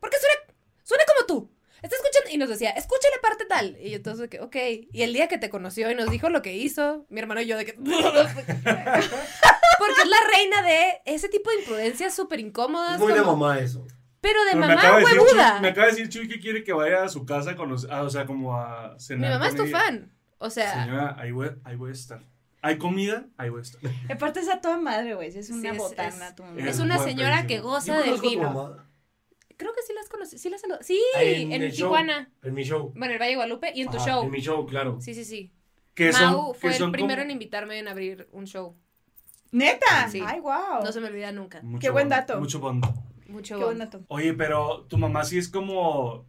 por qué suena, suena como tú? Está escuchando. Y nos decía, escucha la parte tal. Y yo entonces, de que, ok. Y el día que te conoció y nos dijo lo que hizo, mi hermano y yo, de que. Porque es la reina de ese tipo de imprudencias súper incómodas.
Es muy de
como-
mamá eso.
Pero de
Pero me
mamá
acaba de decir
huevuda.
Chuy- Me acaba de decir Chuy que quiere que vaya a su casa con los. ah, o sea, como a
Mi
cenar.
mamá
con
es tu
ella.
fan. O sea,
Señora, ahí voy, ahí voy a estar. Hay comida, ahí voy a estar.
Aparte está toda madre, güey. Es
Sí,
una
es-
botana.
es-
tu
Es
mamá.
es una
buen
señora
precio.
que
Yo
goza del
conozco a tu
vino.
mamá
Creo que sí las conocí, sí las saludó. Sí,
Ahí en
en,
el show.
Tijuana.
en mi show.
Bueno, el Valle de Guadalupe y en tu
Ajá,
show.
En mi show, claro.
Sí, sí, sí.
Que son,
Mau
que
fue el
son
primero en
como-
invitarme en abrir un show.
Neta.
Sí.
Ay, wow.
No se me olvida nunca.
Mucho
Qué buen
bono,
dato.
Mucho bono.
Mucho.
Qué buen dato.
Oye, pero tu mamá sí es como.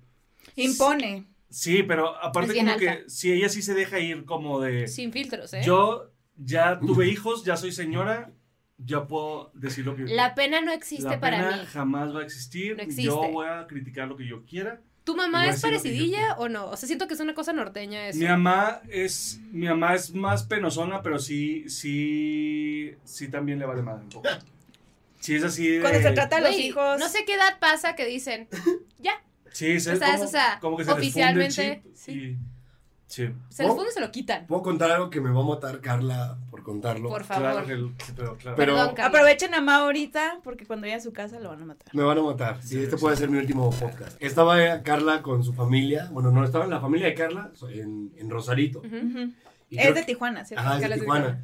Impone.
Sí, pero aparte
Es bien
como
alfa.
que si ella sí se deja ir como de.
Sin filtros, ¿eh?
Yo ya tuve hijos, ya soy señora, ya puedo decir lo que
La pena no existe
La
para
pena
mí.
jamás va a existir.
No existe.
Yo voy a criticar lo que yo quiera.
¿Tu
Voy
mamá
a
es
decir lo que yo
parecidilla
quiero.
o no? O sea, siento que es una cosa norteña eso.
Mi mamá es mi mamá es más penosona, pero sí sí sí también le vale madre un poco. Sí es así de,
Cuando se trata de los
Güey,
hijos.
No sé qué edad pasa que dicen, ya,
Sí, es
O sea,
como,
o sea,
como que se
oficialmente,
les funde el chip y- sí.
se les
¿No?
funde y se lo quitan.
Puedo contar algo que me va a matar Carla por contarlo.
Por
Claro,
favor.
que el- sí, pero claro.
Pero-
Perdón, Carla.
Aprovechen a Mao ahorita porque cuando llegue a su casa lo van a matar.
Me van a matar. Sí, este puede ser mi último podcast. Estaba Carla con su familia. Bueno, no, estaba en la familia de Carla en, en Rosarito.
Ujú.
Ujú.
Y
Es
creo
de
que-
Tijuana, ¿cierto?
Ajá, es de
Carla es de
Tijuana.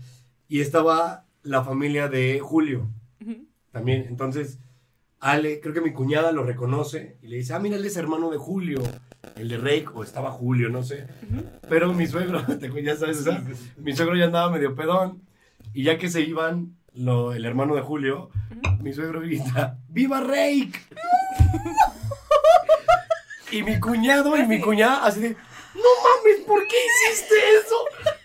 Y estaba la familia de Julio
Ujú.
también. Entonces, Ale, creo que mi cuñada lo reconoce y le dice, ah, mira, él es hermano de Julio. El de Rey, o estaba Julio, no sé. Pero mi suegro, te cu- ya sabes, o sea, mi suegro ya andaba medio pedón. Y ya que se iban lo, el hermano de Julio, mi suegro grita, ¡Viva Rey! y mi cuñado y mi cuñada así de, ¡No mames, ¿por qué hiciste eso?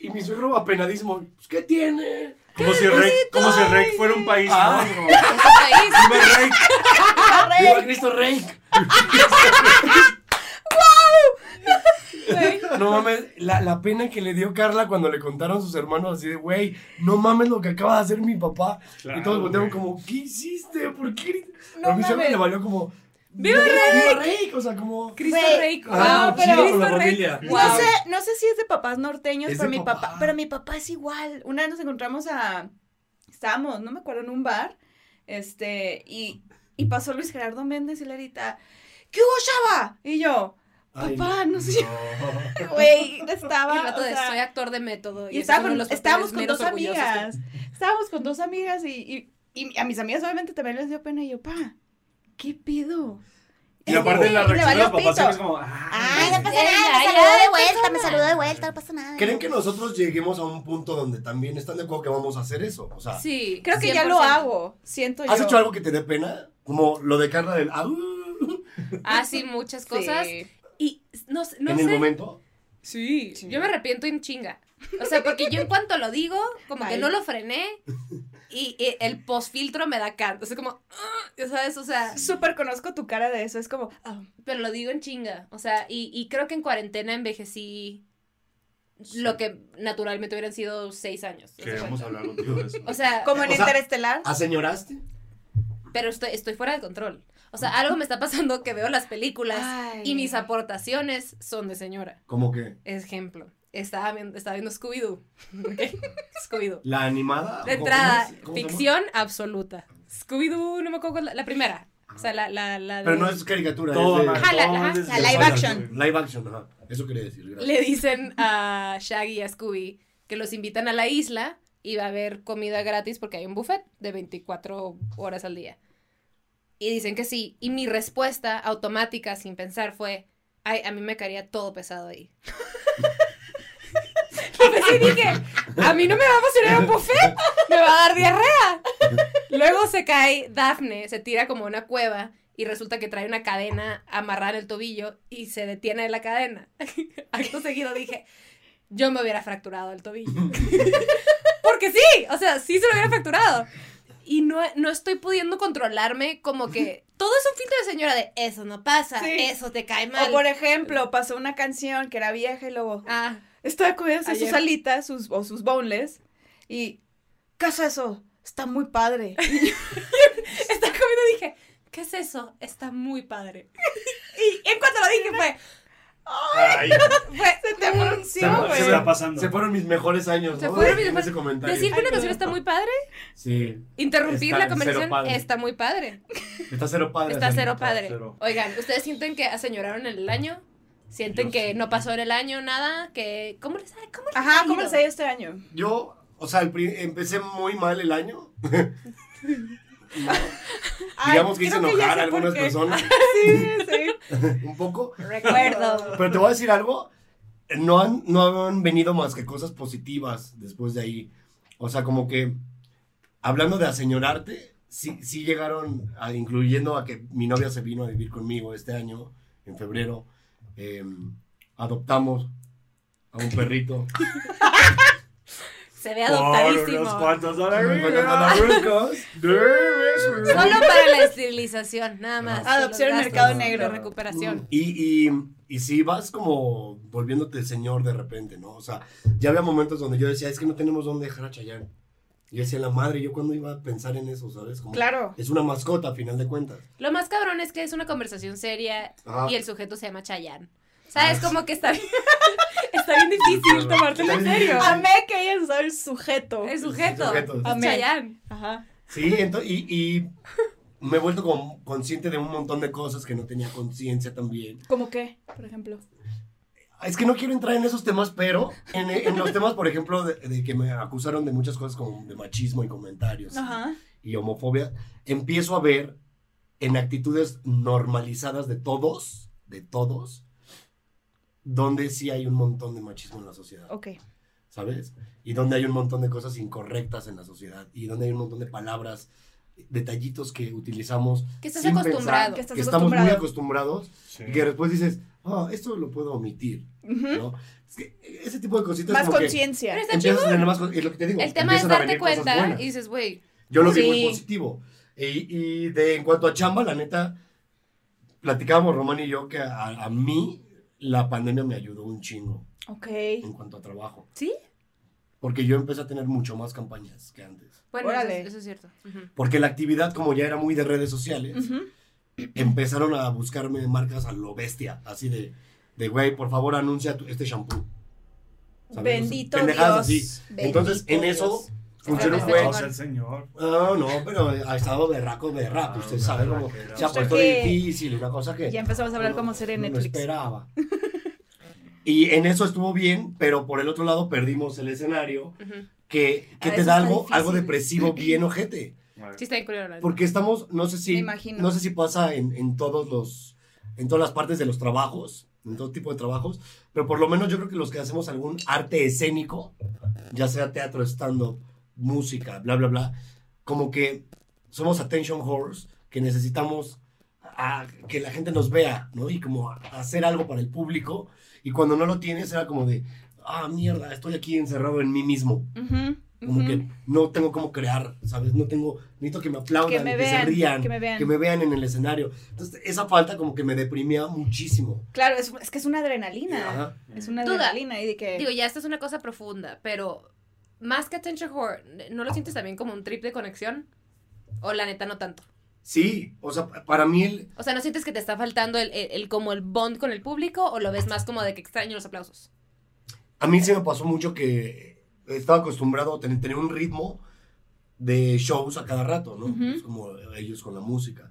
Y mi suegro apenadísimo, "Pues, ¿qué tiene?
Como si Rey, como si Rey fuera un país,
Ah.
¿no? Como,
En tu país.
"Viva Rey".
¡Viva Cristo Rey! No mames, la, la pena que le dio Carla cuando le contaron sus hermanos así de, güey, no mames lo que acaba de hacer mi papá.
Claro,
y todos voltearon
güey.
como, ¿qué hiciste? ¿Por qué?
No
No a mi suegro
mames.
le valió como,
¡Viva
¡Viva Rey! O sea, como...
Cristo
Güey.
Rey.
Ah,
Wow, pero-
chido con la
Cristo Rey.
familia.
No
Wow.
sé, no sé si es de papás norteños,
Es
pero
de
mi papá.
papá.
pero mi papá es igual. Una vez nos encontramos a estábamos, no me acuerdo, en un bar, este, y, y pasó Luis Gerardo Méndez y le grita, ¿qué hubo Chava? Y yo,
Ay,
papá, no, sé,
No.
güey,
Y
estaba.
el rato
o
de
sea,
soy actor de método.
y
ese es
estábamos,
uno de los
estábamos con
papeles
dos
menos orgullosos que-
amigas. Estábamos con dos amigas y, y- y a mis amigas obviamente también les dio pena. Y yo, pa, ¿qué pido?
Y aparte
Sí,
la
y le
reacción de los
valió
papás siempre es
pito.
como,
Ay, no pasa
Ay, ay,
nada, me saludó
ay,
de
no
vuelta,
pasa
me
nada.
saludó de vuelta, no pasa nada.
¿Creen que nosotros lleguemos a un punto donde también están de acuerdo que vamos a hacer eso? O sea,
Sí.
Creo que ya lo
100%.
hago. Siento
¿has
yo.
hecho algo que te dé pena? Como lo de Carla del... "Ah, uh",
Ah, sí, muchas cosas.
Sí.
Y no, sé- no
en
sé.
el momento.
Sí. Yo me arrepiento en chinga. O sea, porque yo en cuanto lo digo, como que
Ay.
no lo frené. Y, y el postfiltro me da canto. O sea, como. "Ah", ya ¿Sabes? O sea,
Súper conozco tu cara de eso. Es como, ah,
pero lo digo en chinga. O sea, y, y creo que en cuarentena envejecí lo que naturalmente hubieran sido seis años. O sea,
Queremos hablar contigo de eso.
Ah. O sea,
como en
O sea,
Interestelar.
¿Aseñoraste?
pero estoy, estoy fuera de control. O sea, algo me está pasando que veo las películas y mis
zapatos
aportaciones son de señora.
Como que
Ejemplo, estaba viendo, estaba viendo Scooby-Doo. ¿ok? Scooby-Doo.
la animada...
De
¿Cómo-
entrada,
cómo es? ¿Cómo se llama?
ficción absoluta. Scooby-Doo, no me acuerdo cuál es la, la primera. O sea, la, la, la de-
Pero no es caricatura,
Todo
es de-
mal,
Ajá, la-
todo
ajá,
mal desde
la
el
live
final,
action.
güey.
Live action, ajá. Eso quería decir. gracias.
le dicen a Shaggy y a Scooby que los invitan a la isla y va a haber comida gratis porque hay un buffet de 24 horas al día. Y dicen que sí. Y mi respuesta automática, sin pensar, fue, ay, a mí me caería todo pesado ahí. Porque sí dije, a mí no me va a funcionar un buffet, me va a dar diarrea. Luego se cae Daphne, se tira como a una cueva y resulta que trae una cadena amarrada en el tobillo y se detiene en la cadena. Acto seguido dije, yo me hubiera fracturado el tobillo. Porque sí, o sea, sí se lo hubiera fracturado. Y no, no estoy pudiendo controlarme como que todo es un filtro de señora de eso no pasa,
Sí.
eso te cae mal.
O por e-, ejemplo, pasó una canción que era vieja y luego
Ah,
estaba comiéndose sus
Ayer.
alitas sus, o sus boneless y ¿qué es eso? Está muy padre.
Está comiendo y dije, ¿qué es eso? Está muy padre. Y en cuanto lo dije fue,
Ay,
fue
Se te
Se
pronunció,
me-
¿Qué está
güey.
pasando?
Se fueron mis mejores años,
Se
¿no?
fueron mis
en
mejores-
ese comentario.
decir que una canción está muy padre,
Sí,
interrumpir
Está
la
cero
conversación,
padre.
está muy padre.
está cero padre.
Está
Sarita.
cero padre.
cero.
Oigan, ¿ustedes sienten que aseñoraron el año? ¿Sienten
Yo
que
sí.
no pasó en el año nada? ¿Que cómo les ha cómo les ha
Ajá,
ido?
¿cómo les ha ido este año?
Yo, o sea, el pri- empecé muy mal el año.
Ay,
Digamos que hice
creo ya
enojar
sé
a
por
algunas
qué.
personas
Sí, sí.
un poco.
Recuerdo.
Pero te voy a decir algo. No han, no han venido más que cosas positivas después de ahí. O sea, como que hablando de aseñorarte, sí, sí llegaron, a- incluyendo a que mi novia se vino a vivir conmigo este año, en febrero. Eh, adoptamos a un perrito.
Se ve
Por
adoptadísimo.
unos cuantos dólares.
Panarucos.
Solo para la esterilización, nada más.
Ajá. Adopción
Los
en mercado
gastos
negro.
de recuperación.
Y, y, y si vas como volviéndote señor de repente, ¿no? O sea, ya había momentos donde yo decía, es que no tenemos dónde dejar a Chayanne. Y yo decía, la madre, yo cuando iba a pensar en eso, ¿sabes? Como,
Claro.
Es una mascota, a final de cuentas.
Lo más cabrón es que es una conversación seria
Ajá.
y el sujeto se llama Chayanne. ¿Sabes?
Ah.
Como que está bien, está bien difícil tomártelo en serio.
Amé que hayas usado el sujeto.
El sujeto.
El sujeto.
es Chayanne.
Ajá.
Sí, entonces, y, y me he vuelto como consciente de un montón de cosas que no tenía conciencia también.
¿Cómo qué, por ejemplo?
Es que no quiero entrar en esos temas, pero en, en los temas, por ejemplo, de, de que me acusaron de muchas cosas como de machismo y comentarios.
Ajá.
y homofobia, empiezo a ver en actitudes normalizadas de todos, de todos, donde sí hay un montón de machismo en la sociedad,
Ok.
¿sabes? Y donde hay un montón de cosas incorrectas en la sociedad, y donde hay un montón de palabras, detallitos que utilizamos.
Que estás
sin
acostumbrado.
Que
Pensar,
estás
que estamos muy
acostumbrado.
acostumbrados,
Sí.
y que después dices, ah, esto lo puedo omitir, ¿no? Es que ese tipo de cositas.
Más
como que
conciencia.
Pero ¿Mm? está
Empiezas a
chingón.
tener más con- es lo que te digo,
El tema es
empiezan a
darte
venir cosas
cuenta
buenas.
y dices, güey,
Yo lo vi muy
Sí.
positivo. Y, y de en cuanto a chamba, la neta, platicábamos Román y yo que a, a mí la pandemia me ayudó un chingo
Ok.
en cuanto a trabajo.
¿Sí?
Porque yo empecé a tener mucho más campañas que antes.
bueno, eso,
Órale.
es- eso es cierto. Ujú.
Porque la actividad, como ya era muy de redes sociales,
Ujú.
empezaron a buscarme marcas a lo bestia. Así de, de güey, por favor, anuncia tu- este shampoo. ¿Sabes?
Bendito
Pendejadas
Dios.
así. Entonces,
Bendito
en eso
Dios.
funcionó
Está
un buen-
O sea, el señor.
No, no, pero ha estado berraco, berraco.
Ah,
Usted sabe cómo
berraquera.
se ha
Usted
puesto
que-
difícil, una cosa que.
Ya empezamos a hablar
uno
como serie en
no
Netflix.
esperaba. Y en eso estuvo bien, pero por el otro lado perdimos el escenario
Ujú.
que,
Ah,
que te
eso
da
está
algo,
difícil.
algo depresivo bien ojete.
Sí está bien culero, la neta.
Porque estamos, no sé si.
Me imagino.
No sé si pasa en, en todos los. En todas las partes de los trabajos, en todo tipo de trabajos, pero por lo menos yo creo que los que hacemos algún arte escénico, ya sea teatro, stand-up, música, bla, bla, bla, como que somos attention whores, que necesitamos a- que la gente nos vea, ¿no? Y como a- hacer algo para el público, y cuando no lo tienes era como de, ah, mierda, estoy aquí encerrado en mí mismo.
Ujú,
Como
ujú.
que no tengo cómo crear, ¿sabes? No tengo, necesito que me aplaudan,
Que
que,
me
se
vean,
rían,
que me vean.
en el escenario. Entonces, esa falta como que me deprimía muchísimo.
Claro, es, es que es una adrenalina.
Ajá.
Es una
Duda.
adrenalina y de que.
Digo, ya esta es una cosa profunda, pero más que attention whore, ¿no lo sientes también como un trip de conexión? O la neta no tanto.
Sí, o sea, pa- para mí el,
O sea, ¿no sientes que te está faltando el, el- el- como el bond con el público o lo ves más como de que extraño los aplausos?
a mí se me pasó mucho que estaba acostumbrado a ten- tener, un ritmo de shows a cada rato, ¿no?
Ujú.
Es como ellos con la música.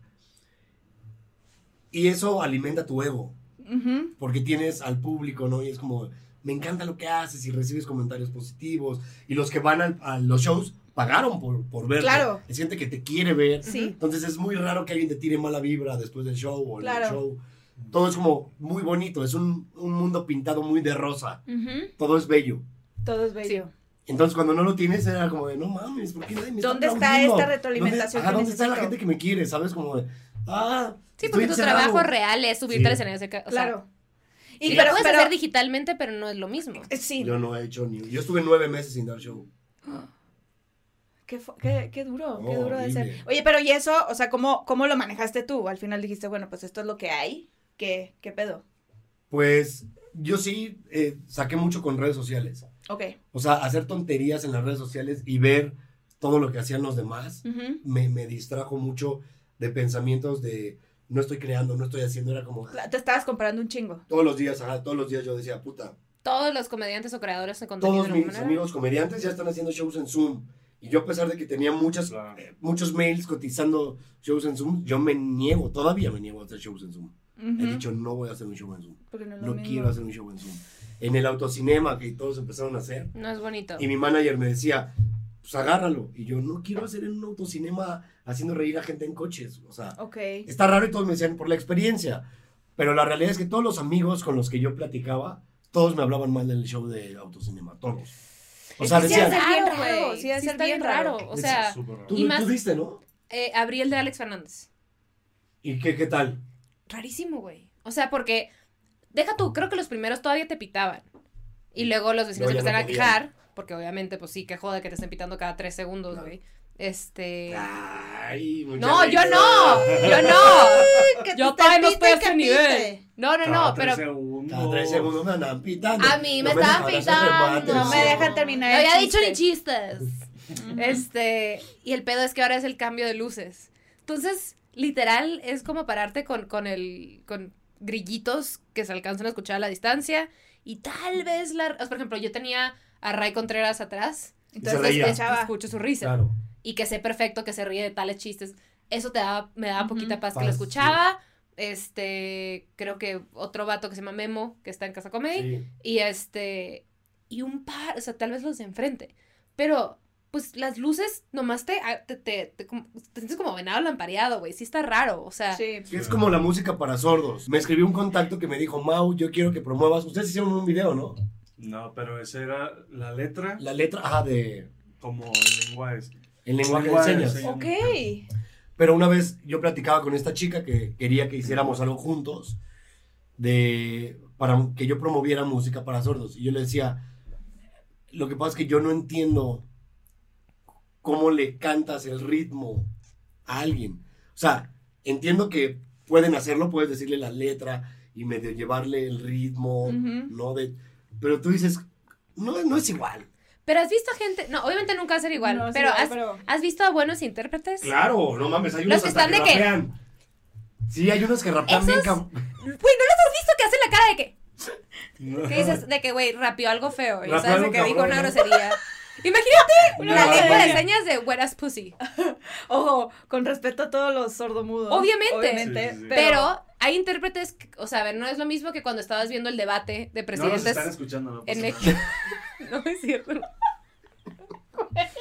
Y eso alimenta tu ego.
Ujú. Ujú.
porque tienes al público, ¿no? Y es como, me encanta lo que haces y recibes comentarios positivos. Y los que van al- a los shows pagaron por, por verlo.
Claro.
Es gente que te quiere ver.
Sí.
Entonces es muy raro que alguien te tire mala vibra después del show o en el
Claro.
show. Todo es como muy bonito, es un, un mundo pintado muy de rosa.
Ujú.
Todo es bello.
Todo es bello.
Entonces cuando no lo tienes era como de, no mames, ¿por qué nadie me
¿Dónde está
aplaudiendo?
esta retroalimentación
¿Dónde, ajá,
que
¿dónde está la
necesito?
gente que me quiere? ¿Sabes? Como de, ah,
Sí,
estoy
porque tu
encerrado.
trabajo real es subirte
Sí.
al escenario. de ca- O sea,
claro. Y
sí,
pero,
lo puedes
pero-
hacer digitalmente, pero no es lo mismo.
eh, sí,
Yo no he hecho ni... Yo estuve nueve meses sin dar show.
qué, fu- qué- qué duro, qué
No,
duro de ser.
horrible.
Oye, pero ¿y eso? O sea, ¿cómo, ¿cómo lo manejaste tú? Al final dijiste, bueno, pues esto es lo que hay. ¿Qué, qué pedo?
Pues yo sí eh, saqué mucho con redes sociales.
Ok.
O sea, hacer tonterías en las redes sociales y ver todo lo que hacían los demás
Ujú.
me, me distrajo mucho de pensamientos de no estoy creando, no estoy haciendo. Era como
Te estabas comparando un chingo.
todos los días, ajá, todos los días yo decía, puta,
Todos los comediantes o creadores de contenido
todos
de
mis
alguna manera.
amigos comediantes ya están haciendo shows en Zoom. Y yo a pesar de que tenía muchas,
Claro.
eh, muchos mails cotizando shows en Zoom, yo me niego, todavía me niego a hacer shows en Zoom.
Ujú.
He dicho, no voy a hacer un show en Zoom.
Porque no es lo
No
mismo.
quiero hacer un show en Zoom. En el autocinema que todos empezaron a hacer,
No es bonito.
Y mi manager me decía, pues agárralo. Y yo, no quiero hacer en un autocinema haciendo reír a gente en coches. O sea,
Ok.
está raro y todos me decían por la experiencia. Pero la realidad es que todos los amigos con los que yo platicaba, todos me hablaban mal del show de autocinema, todos. O sea,
Sí,
sí, es
decían,
bien
raro,
raro,
güey.
sí, ha de ser
está
bien
bien
raro.
raro. O sea,
Súper raro.
tú,
y más-
tú diste, ¿no?
eh, Abril de Alex Fernández.
¿Y qué, qué tal?
rarísimo, güey. O sea, porque deja tú, creo que los primeros todavía te pitaban. Y luego los vecinos
Luego ya
empezaron
no
a
podían.
quejar, porque obviamente, pues sí, que joda que te estén pitando cada tres segundos,
Claro.
güey. Este.
Ay, mucha
No, yo
risa.
no, yo no.
Que
Yo
te
todavía no
pite
estoy a
que
ese
pite.
nivel. No, no,
Cada
no, pero.
tres segundos.
Cada tres segundos me andaban pitando.
A mí me estaban
dejaban hacer
pitando.
remates,
No me
sí.
dejan
No
terminar. el
había dicho ni
chiste.
chistes. Este. Y el pedo es que ahora es el cambio de luces. Entonces, literal, es como pararte con, con el. con grillitos que se alcanzan a escuchar a la distancia. Y tal vez la. o sea, por ejemplo, yo tenía a Ray Contreras atrás.
Entonces
Se reía.
escuchaba.
Escucho su risa.
Claro.
Y que sé perfecto que se ríe de tales chistes. Eso te daba, me daba
Ujú.
poquita paz que
Paz,
lo
sí.
escuchaba. Este, creo que otro vato que se llama Memo, que está en Casa Comedy.
Sí.
Y este. Y un par, o sea, tal vez los de enfrente. Pero, pues las luces nomás te. a- Te, te, te como- te sientes como venado lampareado, güey. Sí está raro, o sea.
Sí.
Que Es como la música para sordos. Me escribió un contacto que me dijo, Mau, yo quiero que promuevas. Ustedes hicieron un video, ¿no?
No, pero esa era la letra
La letra, ajá, de
como en lengua es.
el lenguaje de
Lenguaje de
señas.
señas.
Ok.
Pero una vez yo platicaba con esta chica que quería que hiciéramos algo juntos de para que yo promoviera música para sordos. Y yo le decía, lo que pasa es que yo no entiendo cómo le cantas el ritmo a alguien. O sea, entiendo que pueden hacerlo, puedes decirle la letra y medio llevarle el ritmo,
Ujú.
¿no? De, pero tú dices, no, no es igual.
Pero has visto gente. No, obviamente nunca va a ser igual.
No, sí,
pero, has,
pero-
¿has visto a buenos intérpretes?
Claro, no mames, hay
Los
unos
que
hasta
están de
que
que-
rapean. Sí, hay unos que rapean bien
Esos-
cam-
Güey, ¿no los has visto que hacen la cara de que.
No.
¿Qué dices? De que, güey, rapió algo feo. Y
Rapeó
sabes de
algo
que dijo
cabrón,
una
¿no?
grosería. Imagínate
Una
una lengua de
grosería.
señas de whereas pussy.
Ojo, con respeto a todos los sordomudos.
Obviamente.
Obviamente,
Sí, sí, sí.
Pero, hay intérpretes, que- o sea, a ver, no es lo mismo que cuando estabas viendo el debate de
No nos
presidentes
están escuchando, no pasa
en
nada.
México. no es cierto. Es-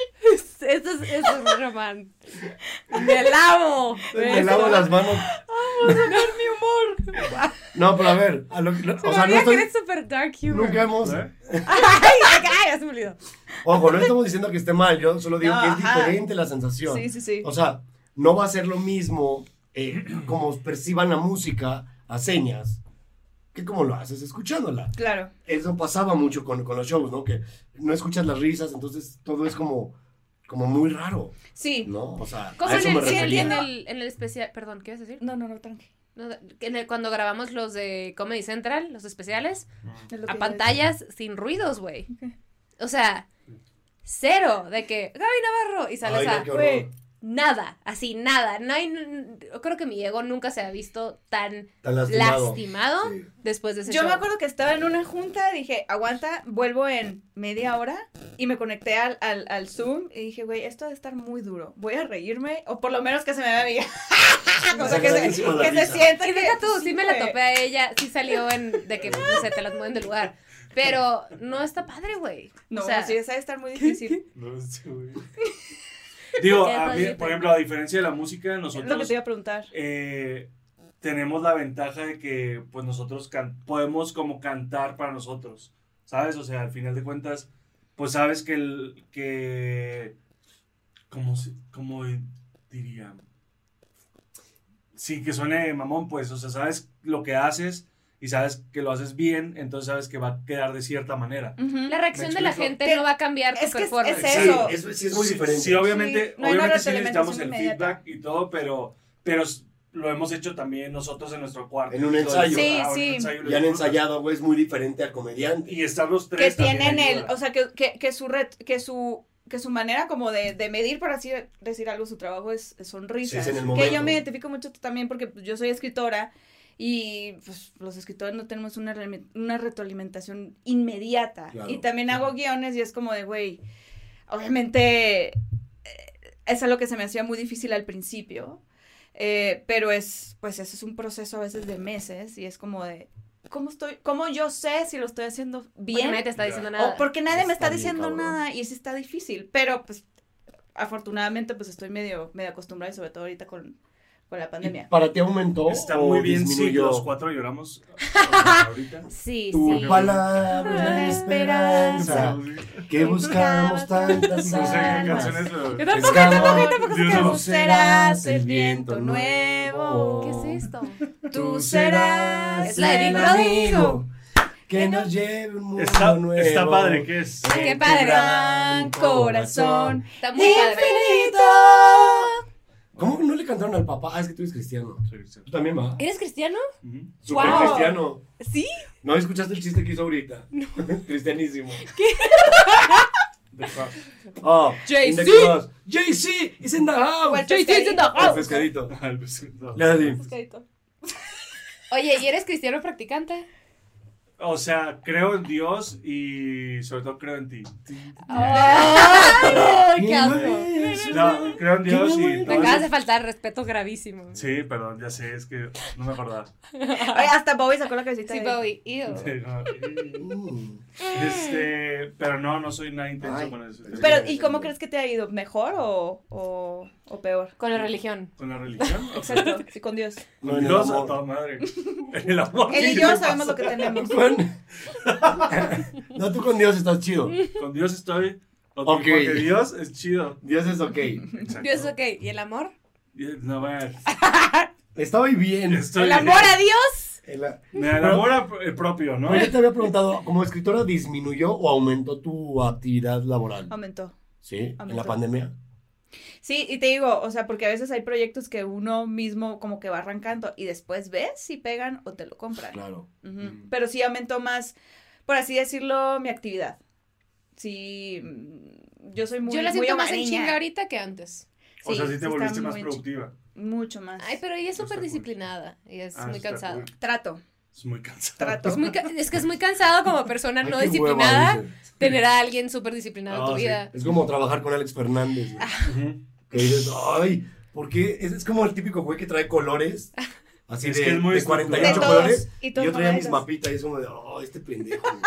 Eso es, eso es Román. Me lavo.
Me lavo las manos.
mi humor.
No, pero a ver, a lo, lo- o sea, no
que
estoy,
eres super dark humor.
nunca hemos,
¿Eh?
Ay, ay, has molido.
ojo, no estamos diciendo que esté mal, yo solo digo
No,
que es
ajá.
diferente la sensación.
Sí, sí, sí.
O sea, no va a ser lo mismo eh, como perciban la música a señas que como lo haces escuchándola.
Claro.
Eso pasaba mucho con, con los shows, ¿no? Que no escuchas las risas, entonces todo es como, como muy raro,
Sí.
¿no? O sea, a
Como
eso
en
me
el, sí,
refería.
en el, en el especial, perdón, ¿qué ibas a decir?
No, no, no, tranqui.
No, en el- cuando grabamos los de Comedy Central, los especiales,
Es lo
a
que
pantallas sin ruidos, güey. O sea, cero de que Gaby Navarro y sales
Ay, no,
a
qué
Güey,
horror.
Nada, así, nada. No hay, n- yo creo que mi ego nunca se ha visto tan
Tan lastimado.
lastimado
Sí.
después de ese
Yo me
show.
acuerdo que estaba en una junta, dije, aguanta, vuelvo en media hora y me conecté al, al, al Zoom y dije, güey, esto debe estar muy duro, voy a reírme o por lo menos que se me vea bien. o sea, que se,
Sacadísimo la
que se
risa.
sienta.
Y
que-
deja tú, sí
sí,
me la
güey.
topé a ella, sí salió en, de que no sé, te las mueven de lugar. Pero no está padre, güey.
No,
o sea,
sí, esa debe estar muy difícil.
No sé, güey. Digo,
Qué
a mí,
rollo.
por ejemplo, a diferencia de la música,
Es lo que
nosotros
te iba a preguntar.
eh, tenemos la ventaja de que pues nosotros can- podemos como cantar para nosotros, ¿sabes? O sea, al final de cuentas, pues sabes que el que como como diría sí que suene mamón, pues, o sea, sabes lo que haces y sabes que lo haces bien, entonces sabes que va a quedar de cierta manera.
Ujú.
la reacción
Me
de la
explico.
gente
Que-
no va a cambiar tu
es que es-
performance.
es eso.
Sí, eso sí es muy
Sí,
diferente.
sí, obviamente,
Sí, Ah, no hay una
oblemente sí necesitamos el
retroalimentación inmediata.
feedback y todo, pero, pero s- lo hemos hecho también nosotros en nuestro cuarto.
En un
Y todo eso,
ensayo.
Sí,
ah, un
sí.
ensayo lo
Y han
disfrutas.
ensayado, güey, es muy diferente al comediante.
Y estar los
que
tres. también
tienen el,
ayuda.
o sea, que, que, que su red, que su que su manera como de, de medir, por así decir algo, su trabajo es, es sonrisas.
Sí, es en el
que
momento.
yo me identifico mucho también porque pues, yo soy escritora y pues los escritores no tenemos una, realme- una retroalimentación inmediata.
Claro.
y también hago guiones y es como de, güey, obviamente eh, es algo que se me hacía muy difícil al principio, eh, pero es, pues eso es un proceso a veces de meses y es como de, ¿cómo estoy, cómo yo sé si lo estoy haciendo
Porque
bien?
nadie te está diciendo
O
nada.
O porque nadie me
Está
está
bien,
diciendo
cabrón.
nada y sí está difícil, pero pues afortunadamente pues estoy medio, medio acostumbrada y sobre todo ahorita con, con la pandemia.
¿Para ti aumentó
Está
o
muy bien si
disminuyó?
los cuatro lloramos. ah, ahorita.
Sí,
Tu
sí.
palabra es la
Esa.
esperanza
No
que buscamos tantas
sé qué
almas.
canciones. pero-
Yo
tampoco,
tampoco,
yo tampoco, yo
tampoco,
tampoco
tampoco
sé qué
tú
es.
serás el viento nuevo.
¿Qué es esto?
Tú serás
la de
el
Big
amigo
que nos lleve un mundo
Está,
nuevo.
está padre, ¿qué es?
Ay, qué
En tu
padre.
gran
corazón
Está muy padre.
infinito.
¿Cómo no le cantaron al papá? Ah, es que tú eres cristiano.
Sí, sí.
Tú también, va.
¿Eres cristiano?
Ujú.
Súper
Wow.
cristiano.
Sí.
¿No escuchaste el chiste que hizo ahorita? Cristianísimo. Oh, in the
Jay-Z.
cross. Jay-Z is in the house.
"Ah".
Ah, El pescadito.
Al besito.
Le di.
Oye, ¿y eres cristiano practicante?
O sea, creo en Dios y sobre todo creo en ti.
¡Ay, qué asco!
No, creo en Dios y
Me
todo
acabas
eso.
de faltar respeto gravísimo.
Sí, perdón, ya sé, es que no me acordaba.
Oye, hasta Bowie sacó la cabecita.
Sí,
de-
Bowie. ew.
Sí, no, eh,
Mm.
Este, pero no, no soy nada intenso
Ay,
con eso.
Pero, ¿y cómo crees que te ha ido? ¿Mejor o, o, o peor?
Con la religión.
¿Con la religión?
Exacto, sí, con Dios.
No,
Con
en el
Dios, a
amor.
toda madre. En el amor.
Él y
¿qué
yo
me
sabemos
pasa?
lo que tenemos.
Con- No, tú con Dios estás chido.
Con Dios estoy. ok,
Ok.
Porque Dios es chido.
Dios es ok.
Exacto.
Dios, ok. ¿Y el amor?
Dios- No, bueno,
Estaba bien.
estoy-
¿El amor a Dios?
En la-
Me enamora el eh, propio, ¿no?
Pero yo te había preguntado, ¿como escritora disminuyó o aumentó tu actividad laboral?
Aumentó.
Sí, en la
Aumentó.
pandemia.
Sí, y te digo, o sea, porque a veces hay proyectos que uno mismo como que va arrancando y después ves si pegan o te lo compran.
Claro.
Ujú.
Mm.
Pero sí aumentó más, por así decirlo, mi actividad. Sí, mm, yo soy muy
Yo la
muy
siento más en
hogareña.
chinga ahorita que antes.
O sea, sí te
está
volviste más
muy en
productiva.
chi- Mucho más.
Ay, pero ella es
Eso está
súper disciplinada y es
Ah,
muy
está
cansada.
cool.
Trato,
Es muy cansado.
trato.
Es, muy ca- es que es muy cansado como persona
Ay,
no
qué Oh,
disciplinada
hueva, dice.
tener a alguien súper disciplinado en
Ah,
tu
sí.
vida.
Es como trabajar con Alex Fernández. güey.
Ujú.
Que dices, ay, ¿por qué? Es, es como el típico güey que trae colores. Así
Es
de,
que es muy
de
estructurado.
De
48
todos,
colores.
y
Y
todos
yo traía mis
modelos.
mapitas y es como de, oh, este pendejo. güey".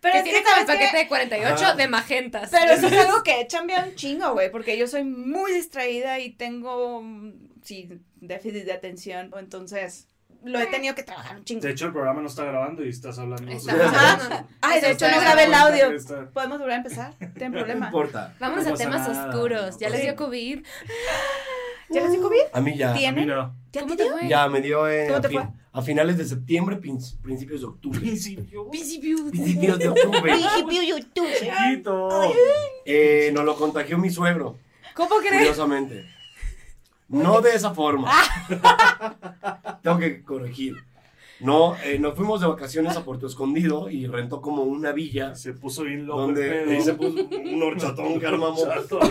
Pero
que
es que,
tiene como el
¿sabes qué?
paquete de 48
Ajá.
de magentas.
Pero eso es algo que chambea un chingo, güey, porque yo soy muy distraída y tengo, mm, sí, déficit de atención, entonces lo he tenido que trabajar un chingo.
De hecho, el programa no está grabando y estás hablando.
Está-
Ajá. Ay, de
Eso
hecho no
está
grabé el
grabando.
audio.
Está-
¿Podemos volver a empezar? No tienen
No
problema.
importa.
Vamos
No
a
pasa
temas
nada,
oscuros.
no
ya les
pasa
dio
nada.
COVID.
¿Ya les digo bien?
A mí ya.
A mí
¿Tienen?
no.
¿Ya
¿Cómo
te
te
dio?
fue?
Ya me dio en-
¿Cómo
a,
te
fin-
fue?
a finales de septiembre, prin- principios de octubre.
Principio.
Principios de octubre.
Principio YouTube.
Chiquito.
Eh, nos lo contagió mi suegro,
¿Cómo crees?
curiosamente. No de esa forma. Tengo que corregir. No, eh, nos fuimos de vacaciones a Puerto Escondido y rentó como una villa
Se puso bien loco. el
donde
pedo.
ahí se puso un horchatón que armamos.
Horchatón.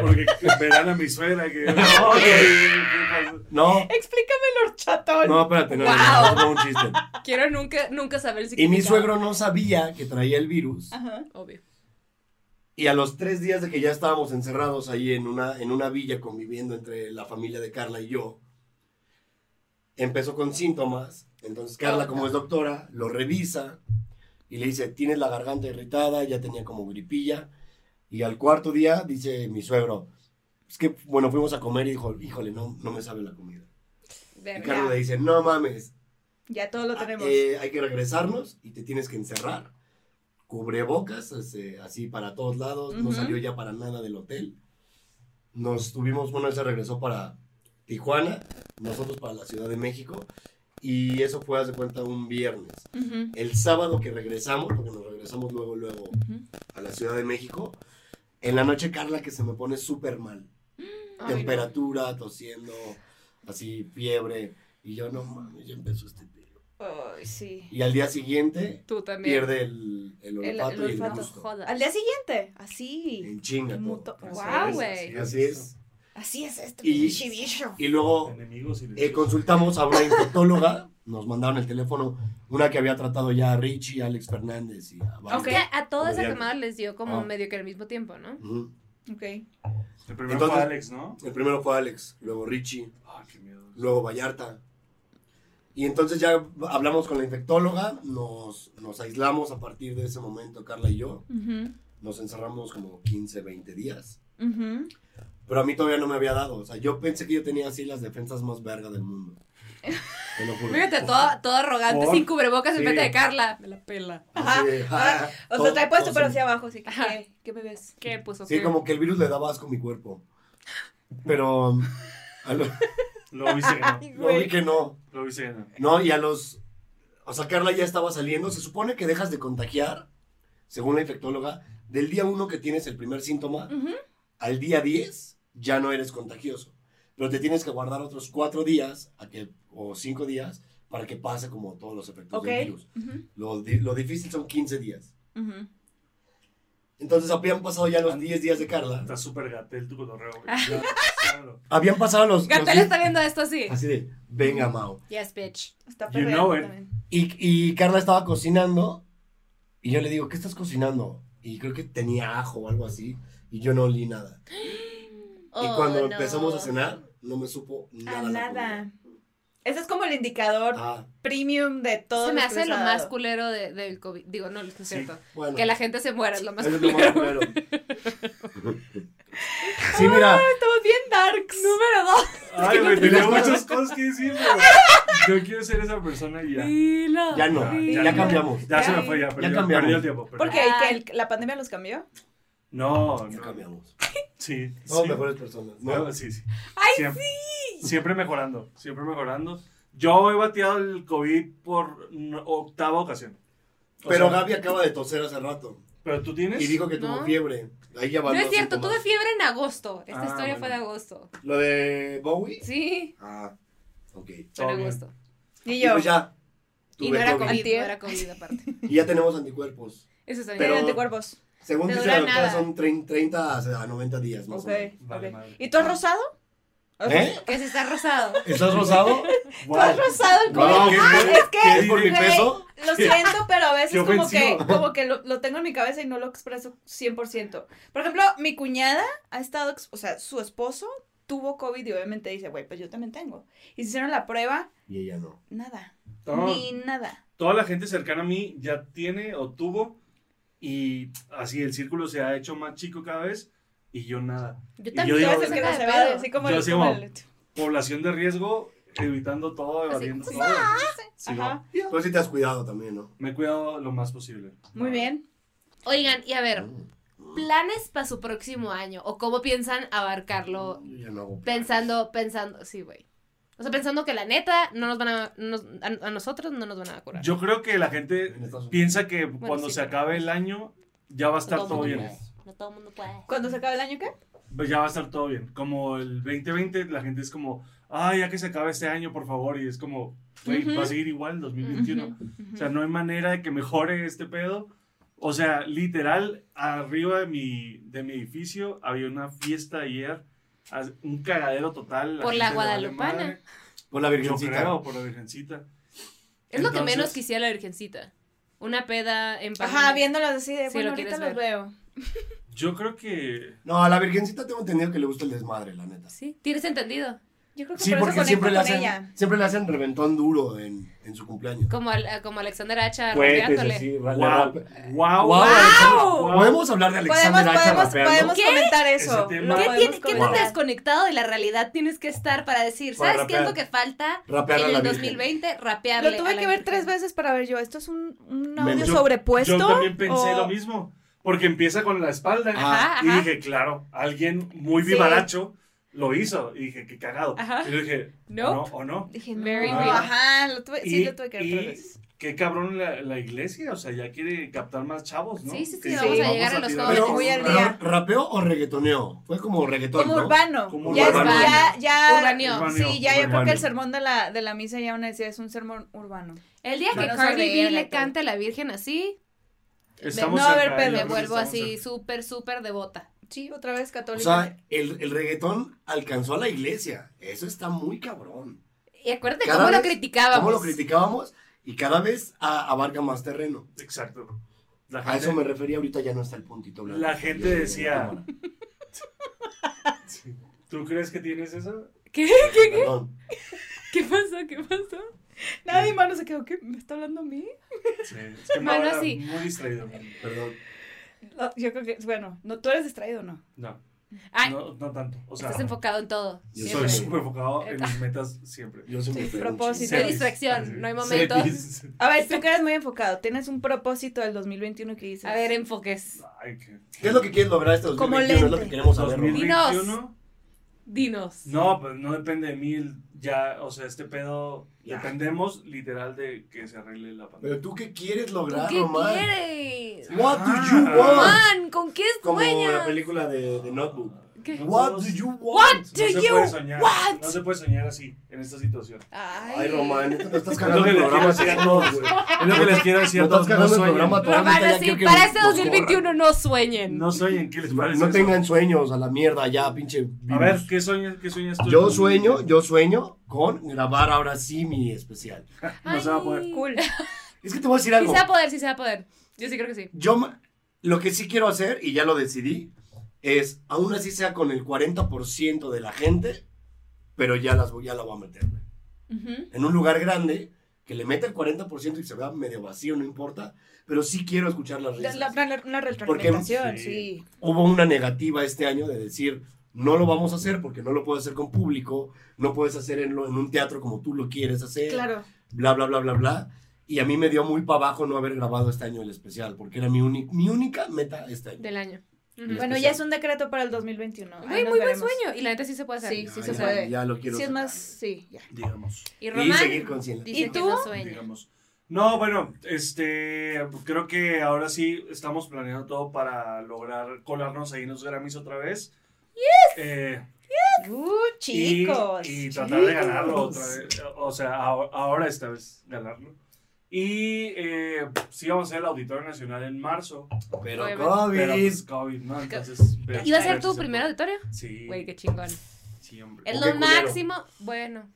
Porque verán a mi suegra que. No, güey.
No,
Explícame el horchatón.
no, espérate, no, no, no, no, un chiste.
Quiero nunca, nunca saber si
Y mi suegro no sabía que traía el virus.
Ajá.
Obvio.
Y a los tres días de que ya estábamos encerrados ahí en una, en una villa conviviendo entre la familia de Carla y yo, empezó con síntomas. Entonces Carla, como es doctora, lo revisa y le dice, tienes la garganta irritada, ya tenía como gripilla. Y al cuarto día dice mi suegro, es que, bueno, fuimos a comer y dijo, híjole, no, no me sabe la comida. Y
Verga.
Carla le dice, no mames,
Ya todo lo
Ah,
tenemos.
eh, hay que regresarnos y te tienes que encerrar. Cubrebocas, este, así para todos lados. No
Ujú.
salió ya para nada del hotel. Nos tuvimos, bueno, él se regresó para Tijuana, nosotros para la Ciudad de México. Y eso fue, haz de cuenta, un viernes.
Ujú,
El sábado que regresamos, porque nos regresamos luego, luego
ujú.
a la Ciudad de México. En la noche, Carla, que se me pone súper mal.
Mm.
Temperatura, tosiendo, así, fiebre. Y yo, no mames, ya empezó este pedo.
Ay, sí.
Y al día siguiente
Tú también.
pierde el, el
El- el
olfato y el
olfato,
gusto.
jodas.
Al día siguiente, así.
En chinga. todo.
Mutó.
Así
Guau,
es,
güey.
Así es.
Así es este
Y-
pinche bicho.
Y luego
Enemigos y
eh, consultamos a una infectóloga. Nos mandaron el teléfono. Una que había tratado ya a Richie, a Alex Fernández y a varios.
Es que a toda esa
Obviamente.
camada les dio como
Ah.
medio que al mismo tiempo, ¿no?
Ujú.
Ok.
El primero
Entonces-
fue Alex, ¿no?
El primero fue Alex, luego Richie,
Ah, qué miedo.
luego Vallarta. Y entonces ya hablamos con la infectóloga, nos, nos aislamos a partir de ese momento, Carla y yo.
Ujú,
Nos encerramos como 15, 20 días.
ujú.
Pero a mí todavía no me había dado. O sea, yo pensé que yo tenía así las defensas más verga del mundo. Te lo juro.
Fíjate, toda, toda arrogante,
Por-
sin cubrebocas
sí.
en frente de Carla. Me la pela.
Ajá.
Así, ja,
O sea,
todo-
trae puesto,
todo
pero
se-
hacia abajo, así que.
Ajá.
¿Qué, qué me ves?
¿Qué puso?
Sí,
¿Qué?
como que el virus le daba asco a mi cuerpo. Pero. um, a lo,
Lo hice que no.
lo vi que no.
Lo hice que no.
No, y a los. O sea, Carla ya estaba saliendo. Se supone que dejas de contagiar, según la infectóloga, del día 1 que tienes el primer síntoma
Ujú.
al día 10 ya no eres contagioso. Pero te tienes que guardar otros 4 días a que, o 5 días para que pase como todos los efectos
Ok.
del virus.
Ujú,
Lo, di- lo difícil son 15 días.
ujú.
Entonces habían pasado ya
Ah.
los 10 días de Carla.
Está súper gatel tu cotorreo, güey. Ya, claro.
Habían pasado los... los
Gatel
diez-
está viendo esto así.
Así de, venga, Mao.
Yes, bitch.
Está
You
perreando
know it.
también.
Y, y Carla estaba cocinando y yo le digo, ¿qué estás cocinando? Y creo que tenía ajo o algo así y yo no olí nada. y cuando
Oh,
empezamos a cenar, no me supo nada.
A
la
nada.
comida.
Ese es como el indicador
Ah,
premium de todo.
Se me
lo que
hace
les
lo
ha
más
dado.
culero de- del COVID. Digo, no, no es cierto.
bueno.
Que la gente se muera es lo más
Eso es lo más
culero.
culero. sí, mira.
¡Ah!
Estamos bien darks.
Número dos.
Ay, güey, tenía
tenemos-
muchas cosas que decir, pero yo quiero ser esa persona y ya.
Dilo.
Ya no,
Ah,
ya,
ya.
cambiamos.
Ya se me fue, ya perdí,
cambiamos.
perdí el tiempo. perdí.
Porque ¿y
Ay.
que el- la pandemia los cambió.
No,
Ya
no.
cambiamos.
Sí.
Somos
sí.
mejores personas. ¿no?
No, sí, sí. siempre, Siempre mejorando, siempre mejorando. Yo he bateado el COVID por n- octava ocasión. O
Pero
sea,
Gaby acaba de toser hace rato
¿Pero tú tienes?
y dijo que tuvo
No.
fiebre. Ahí ya
No
van
es
dos
cierto, tuve
síntomas.
fiebre en agosto. Esta
Ah,
historia fue de
bueno.
agosto.
¿Lo de Bowie?
Sí,
Ah, ok.
fue
Todo
en
bien.
agosto.
Y
Y
yo.
pues ya.
Y
tuve
no era
COVID.
COVID,
Antier.
no era COVID aparte.
Y ya tenemos anticuerpos.
Eso
Tienen
también.
pero-
anticuerpos.
Según
Te
dice
dura
la doctora,
nada.
son trein- 30 a a 90 días más
Ok.
o
Vale,
ok.
madre.
¿Y tú has rosado? O sea,
menos. ¿Eh?
Que se está rosado.
¿Estás rosado?
Wow.
¿Tú has rosado el
Wow,
COVID? Ah, es
¿qué- qué-
que.
¿Es por mi
güey,
peso?
Lo siento, pero a
Qué
veces como que,
ofensivo.
como que lo, lo tengo en mi cabeza y no lo expreso 100%. Por ejemplo, mi cuñada ha estado, ex- o sea, su esposo tuvo COVID y obviamente dice, güey, pues yo también tengo. Y se hicieron la prueba,
Y ella no.
nada,
No,
ni nada.
Toda la gente cercana a mí ya tiene o tuvo y así el círculo se ha hecho más chico cada vez y yo nada.
Yo
Y
también.
yo digo,
Tú eres
estaba
el que no
sacada
se
de
va,
pedo.
así como
Yo
el-
así
como
como-
el-
Población de riesgo, evadiendo todo, evadiendo
pues,
todo. Sí,
"Ah, Ajá.
no.
Tú sí te has cuidado también, ¿no?
Me he cuidado lo más posible.
Muy bien.
Oigan, y a ver,
Mm.
Mm.
planes para su próximo año o cómo piensan abarcarlo
Yo ya no hago planes.
pensando, pensando, sí, güey. O sea, pensando que la neta no nos van a, no nos- a, a nosotros no nos van a curar.
Yo creo que la gente
En Estados Unidos.
piensa que cuando
sí,
se
pero- pues
acabe el año ya va a estar todo
Todo
bien.
No todo el mundo puede.
¿Cuándo se acaba el año qué?
pues ya va a estar todo bien. Como el 2020, la gente es como, ah, ya que se acabe este año, por favor. Y es como, güey, va a seguir igual el 2021. O sea, no hay manera de que mejore este pedo. O sea, literal, arriba de mi, de mi edificio había una fiesta ayer, as- un cagadero total.
Por la
gente le vale
Guadalupana.
madre.
Por la
Yo
virgencita.
creo, por la Virgencita.
Es lo que menos
Entonces-
quisiera la virgencita. Una peda en
Ajá,
pandemia.
viéndolos así de,
Sí,
bueno,
lo quieres
ahorita los veo.
Yo creo que.
No, a la virgencita tengo entendido que le gusta el desmadre, la neta.
Sí, tienes entendido.
Yo creo que
Sí,
por eso
porque
conecto
siempre
con
le, hacen,
ella.
siempre le hacen reventón duro en, en su cumpleaños.
Como, al- como Alexander Hacha
Cohetes,
rapeándole.
así,
¡Wow!
vale, rape-
¡Wow!
Guau, Alexander-
Guau.
Podemos hablar de
Podemos,
Alexander Hacha
podemos,
rapeando?
podemos comentar eso.
Ese
Lo
tema-
¿Qué,
podemos
tiene- qué tan
comentar.
desconectado de la realidad tienes que estar para decir,
Para
¿sabes qué es
rapear.
lo que falta
Rapear a
en
la
el
Virgen.
2020? Rapearle.
Lo
a
tuve
la
que ver
Virgen.
tres veces para ver yo. ¿Esto es un, un
Me-
audio
yo-
sobrepuesto?
Yo también pensé
o-
lo mismo, porque empieza con la espalda.
Ajá,
Y
ajá.
dije, claro, alguien muy
Sí.
vivaracho lo hizo. Y dije, qué cagado.
Ajá.
Y yo dije,
Nope.
no, o no.
Dije, no.
Very
weird.
Ajá, lo tuve, sí,
Ah. Y-
lo tuve que ver
y
tres veces.
Qué cabrón la, la iglesia, o sea, ya quiere captar más chavos, ¿no?
Sí, sí, sí,
Que
vamos
a
llegar a los
tirar-
Pero,
Muy al
pero,
día.
¿Rapeo o reggaetoneo? Fue como reggaetón,
Como
¿no?
urbano.
Como
ya, es-
urbano.
ya, ya.
Urbaneó.
Urbaneó,
Sí, ya yo creo
urbano.
que el sermón de la, de la misa ya una decía es un sermón urbano.
El día que
Claro.
Cardi
Sobre
B
ella,
le
todo.
canta a la Virgen así,
Estamos
No, a ver,
cerca,
pero
yo
me
creo que
vuelvo
estamos
así
cerca.
súper, súper devota.
Sí, otra vez
O
católica.
sea, el, el reggaetón alcanzó a la iglesia. Eso está muy cabrón.
Y acuérdate
Cada
cómo lo
vez-
criticábamos.
¿Cómo lo criticábamos? Y cada vez a- abarca más terreno.
Exacto. La
A
gente,
eso me refería, ahorita ya no está el puntito blanco.
La gente
Yo- yo-
decía-
yo-
Sí. ¿Tú crees que tienes eso?
Perdón.
¿Qué pasó? ¿Qué pasó?
Nadie mano se quedó, ¿qué? ¿Me está hablando a mí?
Sí. Es que me
Bueno,
habla
sí.
muy distraído. Perdón.
No, yo creo que, bueno, no, tú eres distraído, ¿no?
No,
Ay,
no, no tanto. O sea,
Ah. estás enfocado en todo.
Yo
soy
siempre.
súper enfocado en mis metas siempre.
Yo se me fue un
propósito.
chiste.
No hay distracción, no hay momento.
momentos.
A ver, tú que eres muy enfocado, tienes un propósito del 2021 que dices.
A ver, enfoques.
Ay, qué.
¿Qué es lo que quieres lograr este
Como
2021? Es lo
lente.
que queremos saber. ¿no?
2021.
Dinos.
No, pues no depende de mí. el- Ya, o sea, este pedo. Dependemos literal de que se arregle la pandemia.
Pero tú qué quieres
¿Tú
lograr,
qué
Román?
quieres?
What do you
Ah.
want?
Man, ¿con qué
Como la
sueñas?
película de, de Notebook.
¿Qué?
No
What do
puedo-
you want?
What
No
do
se
you
puede soñar.
want?
No se puede soñar así, en esta situación.
Ay, Román, no estás
Es lo
cagando
que
el
les quiero
programa
decir a todos, güey. Es lo que les quiero decir
No
a
estás
todos. No
cagando el
sueñen.
programa a todos.
Román,
ahorita ya
así,
quiero que
para
nos-
este
nos
2021 no sueñen.
No sueñen. ¿Qué les
corran.
parece?
No
eso?
tengan sueños a la mierda ya, pinche.
A
virus.
ver, ¿qué sueñas, qué sueñas tú?
Yo sueño, yo sueño con grabar ahora sí mi especial.
No se va a poder.
Cool.
Es que te voy a decir algo.
Sí se va a poder, sí se va a poder. Yo sí creo que sí.
Yo ma- lo que sí quiero hacer, y ya lo decidí, es, aún así sea con el 40% de la gente, pero ya, las, voy- ya la voy a meter. güey. En un lugar grande, que le meta el 40% y se vea medio vacío, no importa, pero sí quiero escuchar las
La,
risas.
la- la- una retroalimentación,
Sí.
sí.
Hubo una negativa este año de decir, no lo vamos a hacer porque no lo puedes hacer con público, no puedes hacer en, lo- en un teatro como tú lo quieres hacer,
Claro.
bla, bla, bla, bla, bla. Y a mí me dio muy para abajo no haber grabado este año el especial, porque era mi, uni- mi única meta este año.
Del año.
El
Bueno,
especial.
ya es un decreto para el 2021. Ahí
Güey,
nos
muy buen
veremos.
sueño. Y la neta sí se puede hacer.
Sí, sí
Ya,
se
ya,
puede.
Ya lo quiero
Sí, es
sacar,
más, sí, ya.
Digamos.
Y
Y
Román
seguir con cien.
dice
¿Y
que
tú?
no sueña.
digamos. No, bueno, este, creo que ahora sí estamos planeando todo para lograr colarnos ahí en los Grammys otra vez. Eh,
Uh,
y-
chicos.
Y, tratar de
chicos.
ganarlo otra vez. O sea, ahora, ahora esta vez ganarlo. Y eh, sí vamos a hacer el Auditorio Nacional en marzo.
Pero
Obviamente.
COVID.
Pero pues COVID, ¿no? Entonces. ver-
¿Iba a
ver
ser
si
tu
se
primer
puede.
auditorio?
Sí.
Güey, qué chingón.
Siempre.
Es
O
lo
qué culero.
máximo. Bueno.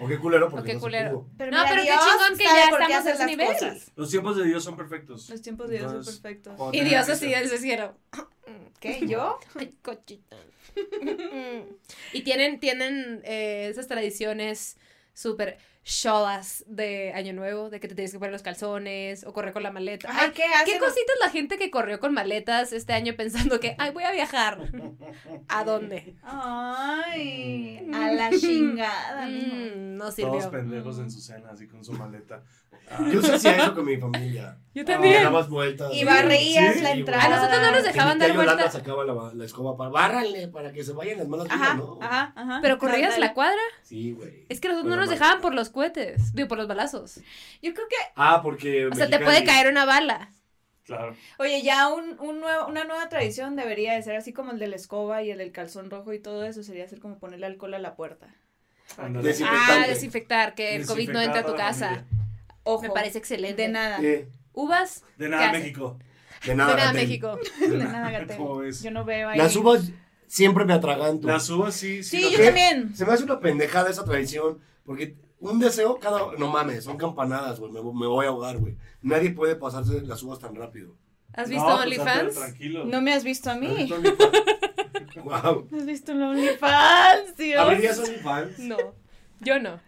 O qué culero
O
porque
qué
no se
culero.
pudo.
No,
mira,
pero qué
Dios
chingón que
sabe
ya
por qué
estamos a
hacer
ese
las
nivel.
cosas.
Los tiempos de Dios son perfectos.
Los tiempos de Dios son
Entonces, oh.
perfectos.
puedo
Y
tener
Dios
que
así
ser-
desde el cielo.
¿Qué? ¿Yo?
Ay, cochita. Mm. y tienen, tienen eh, esas tradiciones súper cholas de Año Nuevo, de que te tienes que poner los calzones o correr con la maleta. Ay,
Ay, ¿qué hacen?
¿Qué cositas la gente que corrió con maletas este año pensando que, ay, voy a viajar? ¿A dónde?
Ay, a la chingada, mijo.
Mm, no
Todos
sirvió.
pendejos en su cena, así con su maleta.
Mm.
Ah,
Yo sí hacía eso con mi familia.
Yo
Le
también.
dabas vueltas.
Y barrías
Sí,
la
sí,
entrada.
a nosotros no nos dejaban
Mi tía
dar
Yolanda
vueltas.
sacaba la, la escoba para. Bárrale para que se vayan las malas vidas,
Ajá,
¿no?
ajá, ajá.
Pero corrías la
Ándale.
cuadra.
Sí, güey.
Es que nosotros no
Con la
nos
maleta.
dejaban por los cohetes, digo, por los balazos.
Yo creo que
Ah, porque.
O sea, te
Mexicali.
puede caer una bala.
Claro.
Oye, ya un, un nuevo- una nueva tradición debería de ser así como el de la escoba y el del calzón rojo y todo eso. Sería hacer como ponerle alcohol a la puerta. Para que-
Ándale.
Ah,
Desinfectante.
desinfectar, que el COVID no
Desinfectar
entre a
toda
tu
la
casa.
familia.
Ojo,
Me parece excelente.
de nada.
Eh,
Uvas,
De
¿Qué
nada,
hace?
México.
de
de
nada.
nada,
Gatel.
México.
De nada, Gatel.
¿Cómo ves?
Yo no veo ahí.
Las uvas siempre me atraganto.
Las uvas sí.
Sí,
las-
yo
¿Qué?
también.
Se me hace una pendejada esa tradición, porque un deseo cada... No mames, son campanadas, güey, me, vo- me voy a ahogar, güey. Nadie puede pasarse las uvas tan rápido.
¿Has
No,
visto
pues, ándale,
OnlyFans?
Tranquilo. pues,
No me has visto a mí.
Wow.
¿Has visto un OnlyFans? Dios?
¿Abrirías OnlyFans?
No, yo no.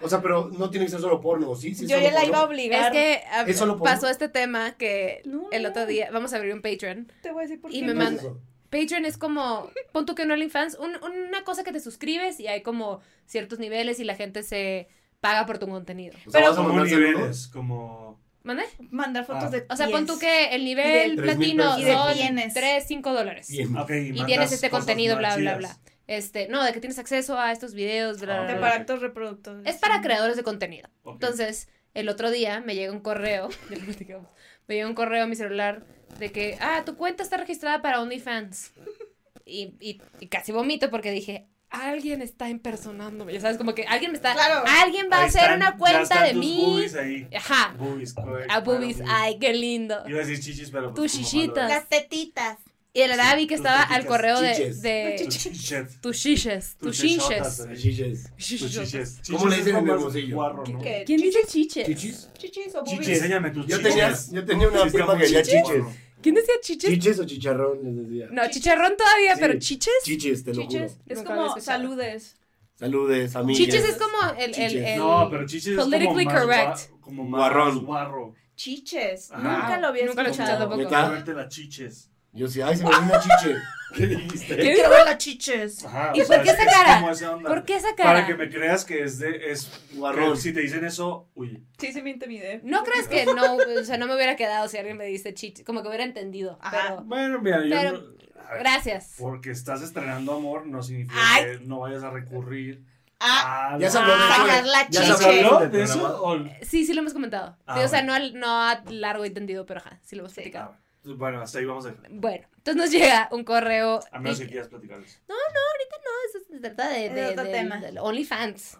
O sea, pero no tiene que ser solo porno, ¿sí? ¿Sí es
Yo
solo
ya la
porno?
iba a
Es
obligar.
que ah,
¿Es solo porno?
pasó este tema que
No,
el
no.
otro día, vamos a abrir un Patreon.
te voy a decir por qué
y me
no.
¿Qué es
manda-
eso?
Patreon es como, pon tú que no OnlyFans, un- una cosa que te suscribes y hay como ciertos niveles y la gente se paga por tu contenido.
O sea,
Pero
¿vas a
Como
mandar
niveles, como...
¿Mande?
Mandar fotos
Ah.
de.
O sea, pon tú
pies.
que el nivel
Y de-
Tres mil
platino
pesos.
Y de
son
bienes.
3, 5 dólares.
Bien.
Ok,
Y
mandas
tienes este
cosas
contenido,
más
bla, bla,
chidas.
bla. Este, no, de que tienes acceso a estos videos, bla,
Ah,
bla,
De
bla.
para actos reproductores.
Es para creadores de contenido.
Ok.
Entonces, el otro día me llega un correo, ya lo platicamos, me llega un correo a mi celular de que, ah, tu cuenta está registrada para OnlyFans. Y, y- y casi vomito porque dije, alguien está impersonándome. Ya sabes, como que alguien me está...
Claro.
Alguien va a
Ahí
hacer
están-
una
ya
cuenta
están
de
tus
mí.
Boobies pues, ahí.
Ajá.
Boobies, correcto.
A boobies. Ay, qué lindo.
Iba a decir chichis, pero. pues,
Tus chichitas.
Las tetitas.
Y el Davi que
tus
estaba al
chichitas,
correo de...
chiches.
de-
Tus chichis.
Tus chiches. Tus chiches.
Chiches.
Tus chiches.
¿Cómo le dicen en Hermosillo?
Guarro, ¿no?
¿Qué?
¿Quién dice chiches?
¿Chichis?
Chichis o
Chichis,
boobies.
enséñame tus
Yo
chiches.
tenía, yo tenía una
Sí, está
prima que
muy
decía
chichis.
chiches.
¿Quién decía chiches?
Chiches o chicharrón, les decía.
No, chicharrón todavía,
Sí.
pero chiches.
Chiches, te lo
Chiches.
juro.
Es
Nunca había
como
escuchado.
saludes.
Saludes, amigas.
Chiches es como el. el,
Chiches.
el-
No, pero chiches es como
Politically
más
correct.
gua- como más
Guarrón.
guarro.
Chiches.
Ajá.
Nunca lo había
Nunca lo he
escuchado.
escuchado tampoco.
¿Neta? ¿Ah?
Comerte las chiches.
Yo sí, ay, se me dio una chiche.
¿Qué dijiste?
¿Qué
Quiero
dijo?
ver las chiches.
Ajá,
¿Y
o
por
sea,
qué
es-
esa
es
cara?
como esa onda.
¿Por qué esa
Para
cara?
que me creas que es de. Es
Guarrón.
que Si te dicen eso, uy.
Sí, sí me intimidé.
No crees que no, o sea, no me hubiera quedado si alguien me dice chiches, como que hubiera entendido.
Ajá.
Pero
Bueno, mira, yo.
Pero-
no- a ver,
gracias.
porque estás estrenando amor, no significa
Ay.
que no vayas a recurrir.
Ah,
a
Ya se
la-
habló de
Sacar
eso.
la
Ya
¿Ya se
chiche.
sabrá.
habló
Chiche.
de eso? O-
Sí, sí lo hemos comentado.
Ah,
Sí, o sea,
bueno.
no, al- no a largo y tendido, pero ajá, sí lo hemos platicado.
Ah, Bueno, hasta ahí vamos a dejar.
Bueno, entonces nos llega un correo.
A menos
y-
que quieras platicarles.
No, eso se trata de,
Es
de-
otro
del-
tema.
del OnlyFans.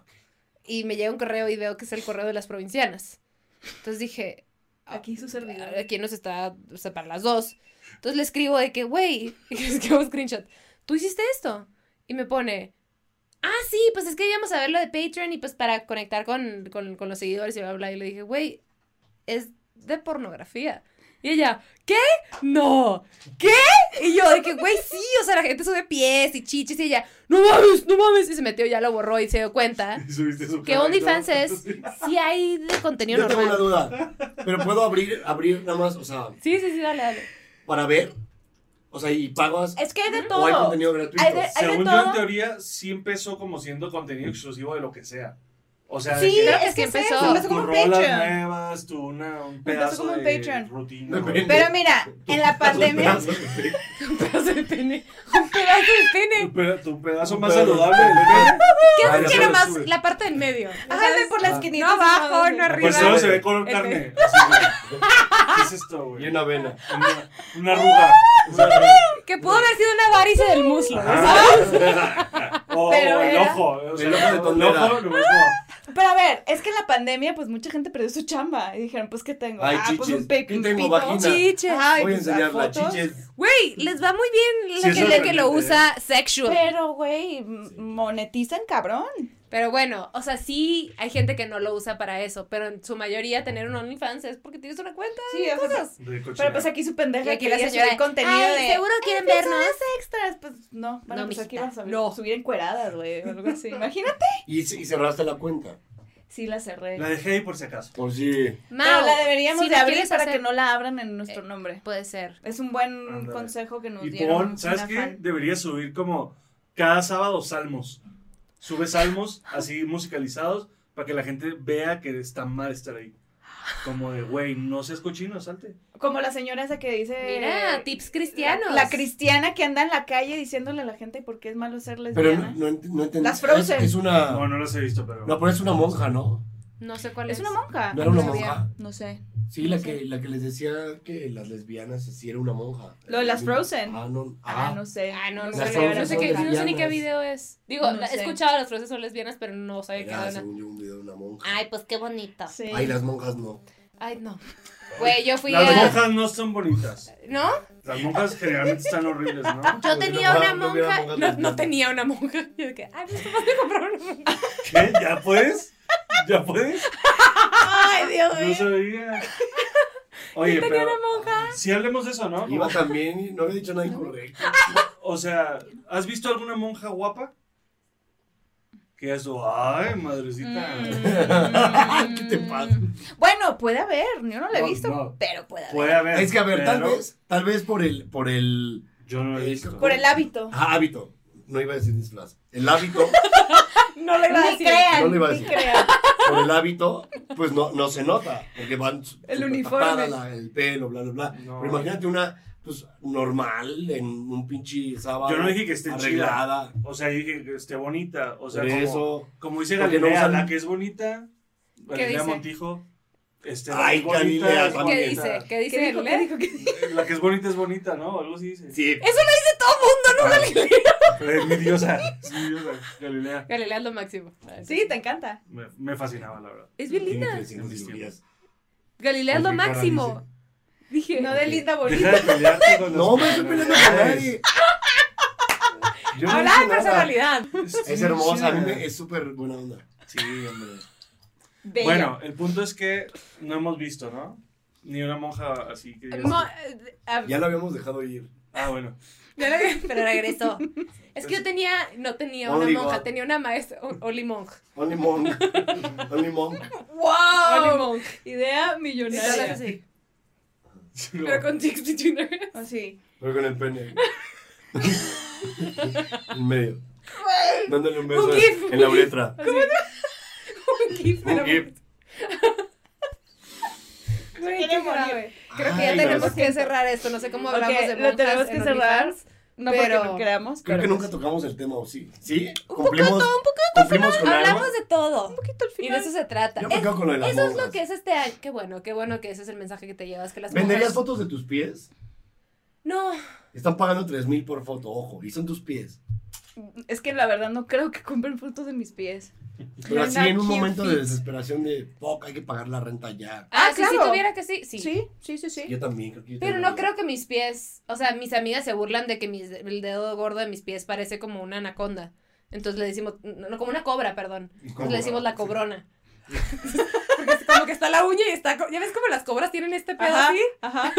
Y me llega un correo y veo que es el correo de las provincianas. Entonces dije,
aquí su servidor.
aquí nos está, o sea, para las dos. Entonces le escribo de que, güey, y le escribo un screenshot, ¿tú hiciste esto? Y me pone, ah, sí, pues es que íbamos a ver lo de Patreon y pues para conectar con, con, con los seguidores y bla, bla, bla. Y le dije, güey, es de pornografía. Y ella, ¿qué? No, ¿qué? Y yo, de que, güey, sí, o sea, la gente sube pies y chichis y ella, no mames, no mames. Y se metió, ya lo borró y se dio cuenta
Y subiste su
que
cara y
OnlyFans
todo.
es, sí hay de contenido
Yo tengo una
normal.
duda. Pero puedo abrir, abrir nada más, o sea,
Sí, sí, sí, dale, dale.
para ver. O sea, y pagas.
Es que hay de
O hay
todo.
contenido gratuito.
Hay de- hay de
Según yo, en
todo.
teoría, sí empezó como siendo contenido exclusivo de lo que sea. O sea, de
Sí,
que
Creo que
es
sí
que es
empezó.
eso, empezó
tus
como un
rolas
Patreon.
nuevas, tu una, un
Empezó
pedazo
como un
de
Patreon.
rutina.
Depende.
Pero mira, en la pandemia.
Un pedazo de pene. Un pedazo de pene.
Tu, peda- tu pedazo
Un
más
pedazo.
saludable. del
¿Qué
Ay,
haces que
no se lo
nomás
sube.
la parte del medio?
Ájale por la esquinita.
No abajo, no
pene.
arriba.
Pues solo se ve color
Ese.
carne. así, güey. ¿Qué es esto,
Y
güey?
una vena.
Una, una arruga. una arruga.
Que pudo haber sido una varice del muslo. ¿sabes?
Ajá. O
Pero
Ah, el
era-
ojo. O sea,
El ojo de tondera.
ojo, nomás como-
Pero a ver, es que en la pandemia, pues mucha gente perdió su chamba. Y dijeron, pues, ¿qué tengo?
Ay,
ah, pues
chiches.
un pe-
¿Qué
un
tengo?
pito.
Vagina.
Chiche.
Ay,
Voy a
pues,
enseñar las
fotos.
chiches.
Güey, les va muy bien
Sí,
la
eso
gente que
depende.
lo usa sexual.
Pero, güey, m- monetizan cabrón.
Pero bueno, o sea, sí hay gente que no lo usa para eso. Pero en su mayoría tener un OnlyFans es porque tienes una cuenta
Sí,
y
o sea,
cosas.
de cochinero.
Pero pues aquí su pendeja
Y aquí la
quería
señora,
subir contenido
"Ay,
de...
seguro quieren
"Ay,
vernos".
personas extras. Pues no, bueno,
No,
pues aquí
mijita,
vas a
no.
subir encueradas, güey, o algo así. Imagínate.
Y, y cerraste la cuenta.
Sí, la cerré.
La dejé ahí por si acaso.
Por si.
Pero
Mau,
la Eh. deberíamos
si
de
lo
abrir
quieres
para
hacer-
que no la abran en nuestro nombre.
Puede ser.
Es un buen
Ándale.
consejo que nos
Y
dieron.
pon, ¿sabes
una
qué?
fan.
Deberías subir como cada sábado salmos. Sube salmos así musicalizados para que la gente vea que está mal estar ahí. Como de, güey, no seas cochino, salte.
Como la señora esa que dice...
Mira, tips cristianos.
Eh, La cristiana que anda en la calle diciéndole a la gente por qué es malo ser
Pero
lesbiana.
no, no, ent- no entendí.
Las Frozen.
Es, es una.
No, no las he visto, pero.
No, pero es una monja, ¿no?
No sé cuál
es
es.
una monja.
No era una
No sabía.
monja.
No sé.
Sí, la que, la que les decía que las lesbianas sí era una monja.
Lo de las Frozen.
Ah, no.
Ah,
Ah,
no sé.
Ah, no, no,
Las
sé,
Frozen
no sé qué.
son
no sé ni
lesbianas.
qué video es. Digo,
No
la- he
sé.
escuchado a las frases son lesbianas, pero no sabía qué
Era,
era. una-
según yo, un video de una monja.
Ay, pues qué bonito.
Sí.
Ay, las monjas no.
Ay, no. Güey, yo fui
Las
a.
monjas no son bonitas.
¿No?
Las monjas generalmente están horribles, ¿no?
Yo tenía una
no hubiera
monja.
monjas
No, no
lesbianas.
tenía una monja. Yo de que, ay, pues nomás me compraron una monja.
¿Qué? ¿Ya puedes? ¿Ya puedes?
Ay, Dios
No sabía. Oye, pero. Si hablemos de eso, ¿no?
Iba también y no había dicho nada incorrecto.
O sea, ¿has visto alguna monja guapa? Que eso, ay, madrecita.
Mm.
¿Qué te pasa?
Bueno, puede haber. Yo no lo he
No,
visto,
no.
pero puede haber.
Puede haber.
Es que, a ver, tal
pero
vez, tal vez por el, por el
Yo no lo he visto.
Por el hábito.
ah, hábito. No iba a decir disfraz. El hábito,
No lo iba a
Ni
decir.
crean,
No lo iba a
ni
decir.
crean.
por el hábito, pues no, no se nota. Porque van su-
El
súper
uniforme.
tapada, la- el pelo, bla, bla, bla.
No.
Pero imagínate una, pues, normal, en un pinche sábado.
Yo no dije que esté
arreglada.
O sea, yo dije que esté bonita. O sea,
por
como,
eso.
como dice
Porque no
Galilea,
usan-
la que es bonita, Galilea
dice?
Montijo. Este,
Ay,
la que es bonita,
Galilea,
es
¿qué
¿Qué
bonita.
dice? ¿Qué dice?
¿Qué dijo? ¿Qué
Galilea?
dijo? ¿Qué dijo?
La que es bonita es bonita, ¿no? Algo así dice. Ah.
Sí.
Eso lo dice todo mundo, ¿no, Galilea?
Es mi diosa. Es mi diosa, Galilea.
Galilea es lo máximo.
Sí, te encanta.
Me, me fascinaba, la verdad.
Es bien
Tiene
linda.
300 días.
Galilea es lo
Porque Cara
máximo. Dije.
No de linda
Deja
bonita.
de pelearte con Ah, las
No, me estoy peleando con nadie. Yo no
Habla
dije
de
nada.
personalidad.
Es hermosa, a mí me- es súper buena onda.
Sí, hombre.
Bella.
Bueno, el punto es que no hemos visto, ¿no? Ni una monja así que digas,
Mo- eh, a-
Ya lo habíamos dejado ir.
Ah, bueno.
Ya la- Pero regresó. Es que yo tenía, no tenía una
Only
monja,
God.
tenía una maestra, o- Only Monk.
Only monk. Only monk.
Only
¡Wow!
Monk.
Idea
Y
millonaria.
todas así. Pero con chicks between her.
Así.
Voy con el pene. en medio. Dándole un beso
Un gif,
en la
un gif.
uretra.
Un gif,
Un
pero-
gif.
Güey, qué
Quiere morir.
grave.
Creo que ya
Ay,
tenemos
no.
que cerrar esto. No sé cómo hablamos
Ok,
de
lo
monjas.
tenemos que
en
cerrar.
OnlyFans.
No pero,
Pero-
porque no queramos.
Creo
pero
que nunca
pues,
tocamos el tema, ¿o sí? ¿Sí?
Un
¿Cumplimos,
poquito, un poquito.
¿cumplimos con
Hablamos
algo?
de todo.
un poquito al
Y de
final.
eso se trata.
Yo me
Es-
quedo con lo de las
eso es
monjas.
lo que es este año. Qué bueno, qué bueno que ese es el mensaje que te llevas. Que las
¿Venderías
monjas-
fotos de tus pies?
No,
Están pagando 3 mil por foto, ojo, y son tus pies.
Es que la verdad no creo que compren fotos de mis pies.
Pero así
Not
en un
cute
momento de
feet.
desesperación de, fuck, hay que pagar la renta ya.
Ah,
Ah, que si
claro.
tuviera que sí, sí.
Sí, sí, sí, sí.
Yo también creo que yo
Pero
también.
no creo que mis pies, o sea, mis amigas se burlan de que mis- el dedo gordo de mis pies parece como una anaconda. Entonces le decimos, no, como una cobra, perdón. Entonces le decimos la cobrona. Porque es como que está la uña y está, co- ya ves como las cobras tienen este pedo
Ajá,
así.
ajá.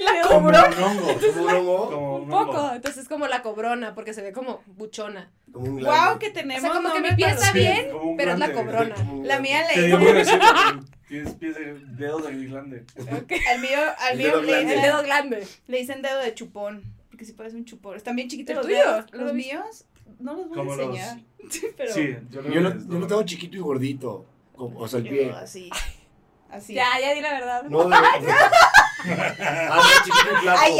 La
Como un
cobrona.
hongo.
Como un hongo,
Como
Un poco, entonces es como la cobrona, porque se ve como buchona.
como un
Wow,
glande.
que
O
tenemos.
sea, como que mi
nombre
pie
para
está
los-
Sí,
bien,
como un
pero es la
grande.
cobrona.
Como un
La
glande.
mía
Te
le
digo muy gracioso, porque Tienes pies de dedos de glande.
Al mío, al
El
mío
dedo
le,
grande.
El
dicen-
dedo grande.
le dicen dedo de chupón. Porque si parece un chupón. Están bien chiquitos
¿El
los
tuyo?
dedos.
¿Lo
Los
viste?
míos no los voy
Como
a
los-
enseñar. Sí, pero.
Sí, yo
Yo
creo
lo,
que es
yo lo tengo chiquito y gordito, como- o sea, el pie.
yo así. Así.
Ya, ya di la verdad.
No, de Ah, no, chiquito y flaco.
Ay,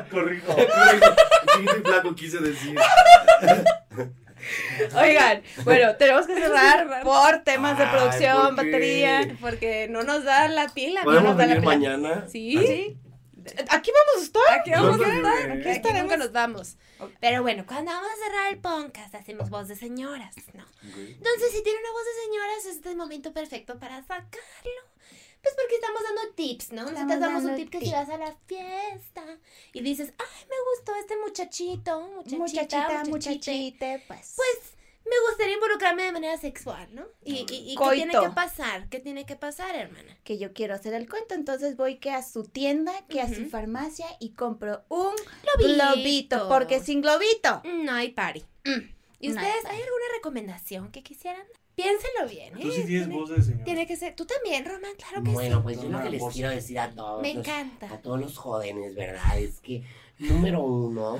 ya.
Corrijo.
Chiquito y flaco quise decir.
Oigan, bueno, tenemos que cerrar
cerrar.
por temas de
Ay,
producción,
¿por qué?
batería.
Porque no nos da la pila.
¿Podemos
da la
venir
pila.
mañana?
¿Ah,
Sí.
Aquí vamos a estar.
Aquí vamos a
Nosotros
estar.
de-
Aquí,
Aquí
estaremos.
nunca
nos vamos.
Pero bueno, cuando vamos a cerrar el podcast, hacemos voz de señoras, ¿no? Entonces, si tiene una voz de señoras, este es el momento perfecto para sacarlo. Pues porque estamos dando tips, ¿no? Nosotros
Estamos
damos un
dando
tip que si vas a la fiesta y dices, ay, me gustó este muchachito, muchachita, muchachita,
pues.
Pues me gustaría involucrarme de manera sexual, ¿no? Y, y, y ¿qué
Coito.
tiene que pasar? ¿Qué tiene que pasar, hermana?
que yo quiero hacer el cuento, entonces voy que a su tienda, que a su farmacia y compro un globito,
Globito.
porque sin globito.
Mm,
No hay party. Mm. ¿Y
No hay
ustedes,
party.
hay alguna recomendación que quisieran? Piénsenlo bien, ¿eh?
Tú sí tienes
Tiene-
voz de señor.
Tiene que ser. Tú también, Román, claro que
Bueno, pues yo lo
Una
que les
voz.
quiero decir a todos,
Me
los-
encanta.
a todos los jóvenes, ¿verdad? Es que, número uno,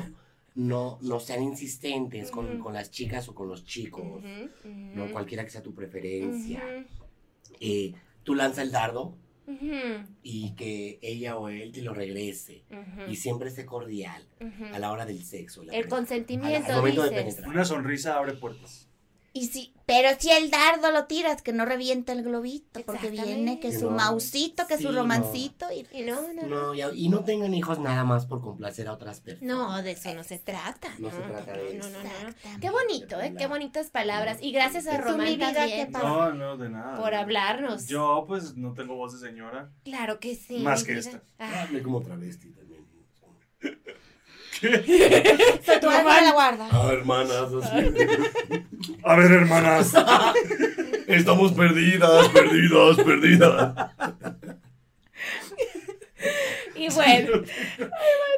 no, no sean insistentes con, con las chicas o con los chicos,
sí.
no cualquiera que sea tu preferencia.
Ujú,
Eh, tú lanza el dardo
ujú,
y que ella o él te lo regrese.
ujú,
Y siempre esté cordial
ujú.
a la hora del sexo. la
El
pre-
consentimiento,
al momento de
dices.
penetrar.
Una sonrisa abre puertas.
Y si, pero si el dardo lo tiras, que no revienta el globito, porque viene que
Que no.
su mausito, que
Sí,
su
no.
romancito. Y...
Y no, no, no.
No, y, y no tengan hijos nada más por complacer a otras personas.
Ah.
No, de eso no se trata.
No se trata de
No, no, no, no.
Exactamente.
Qué bonito, ¿eh? Qué bonitas palabras. Y gracias a
Tú, mi
Román
vida,
también
qué padre.
No, no, de nada.
por hablarnos.
Yo, pues, no tengo voz de señora.
Claro que sí.
Más
mi
que
vida.
esta.
Ah,
Hable como travesti también.
Se tu alma la guarda.
Ah, hermanas, así.
ah.
A ver, hermanas.
Estamos perdidas, perdidas, perdidas.
y bueno,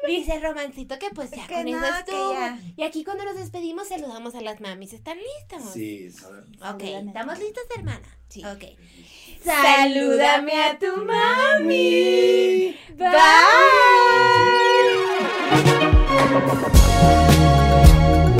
dice Romancito que pues ya
Que
con
no,
eso
que
estuvo.
ya.
Y aquí cuando nos despedimos saludamos a las mamis. ¿Están listos?
Sí, ¿sabes?
Ok,
Salúdame.
¿estamos listos, hermana?
Sí.
Ok.
Salúdame
a tu mami.
Bye.
Bye.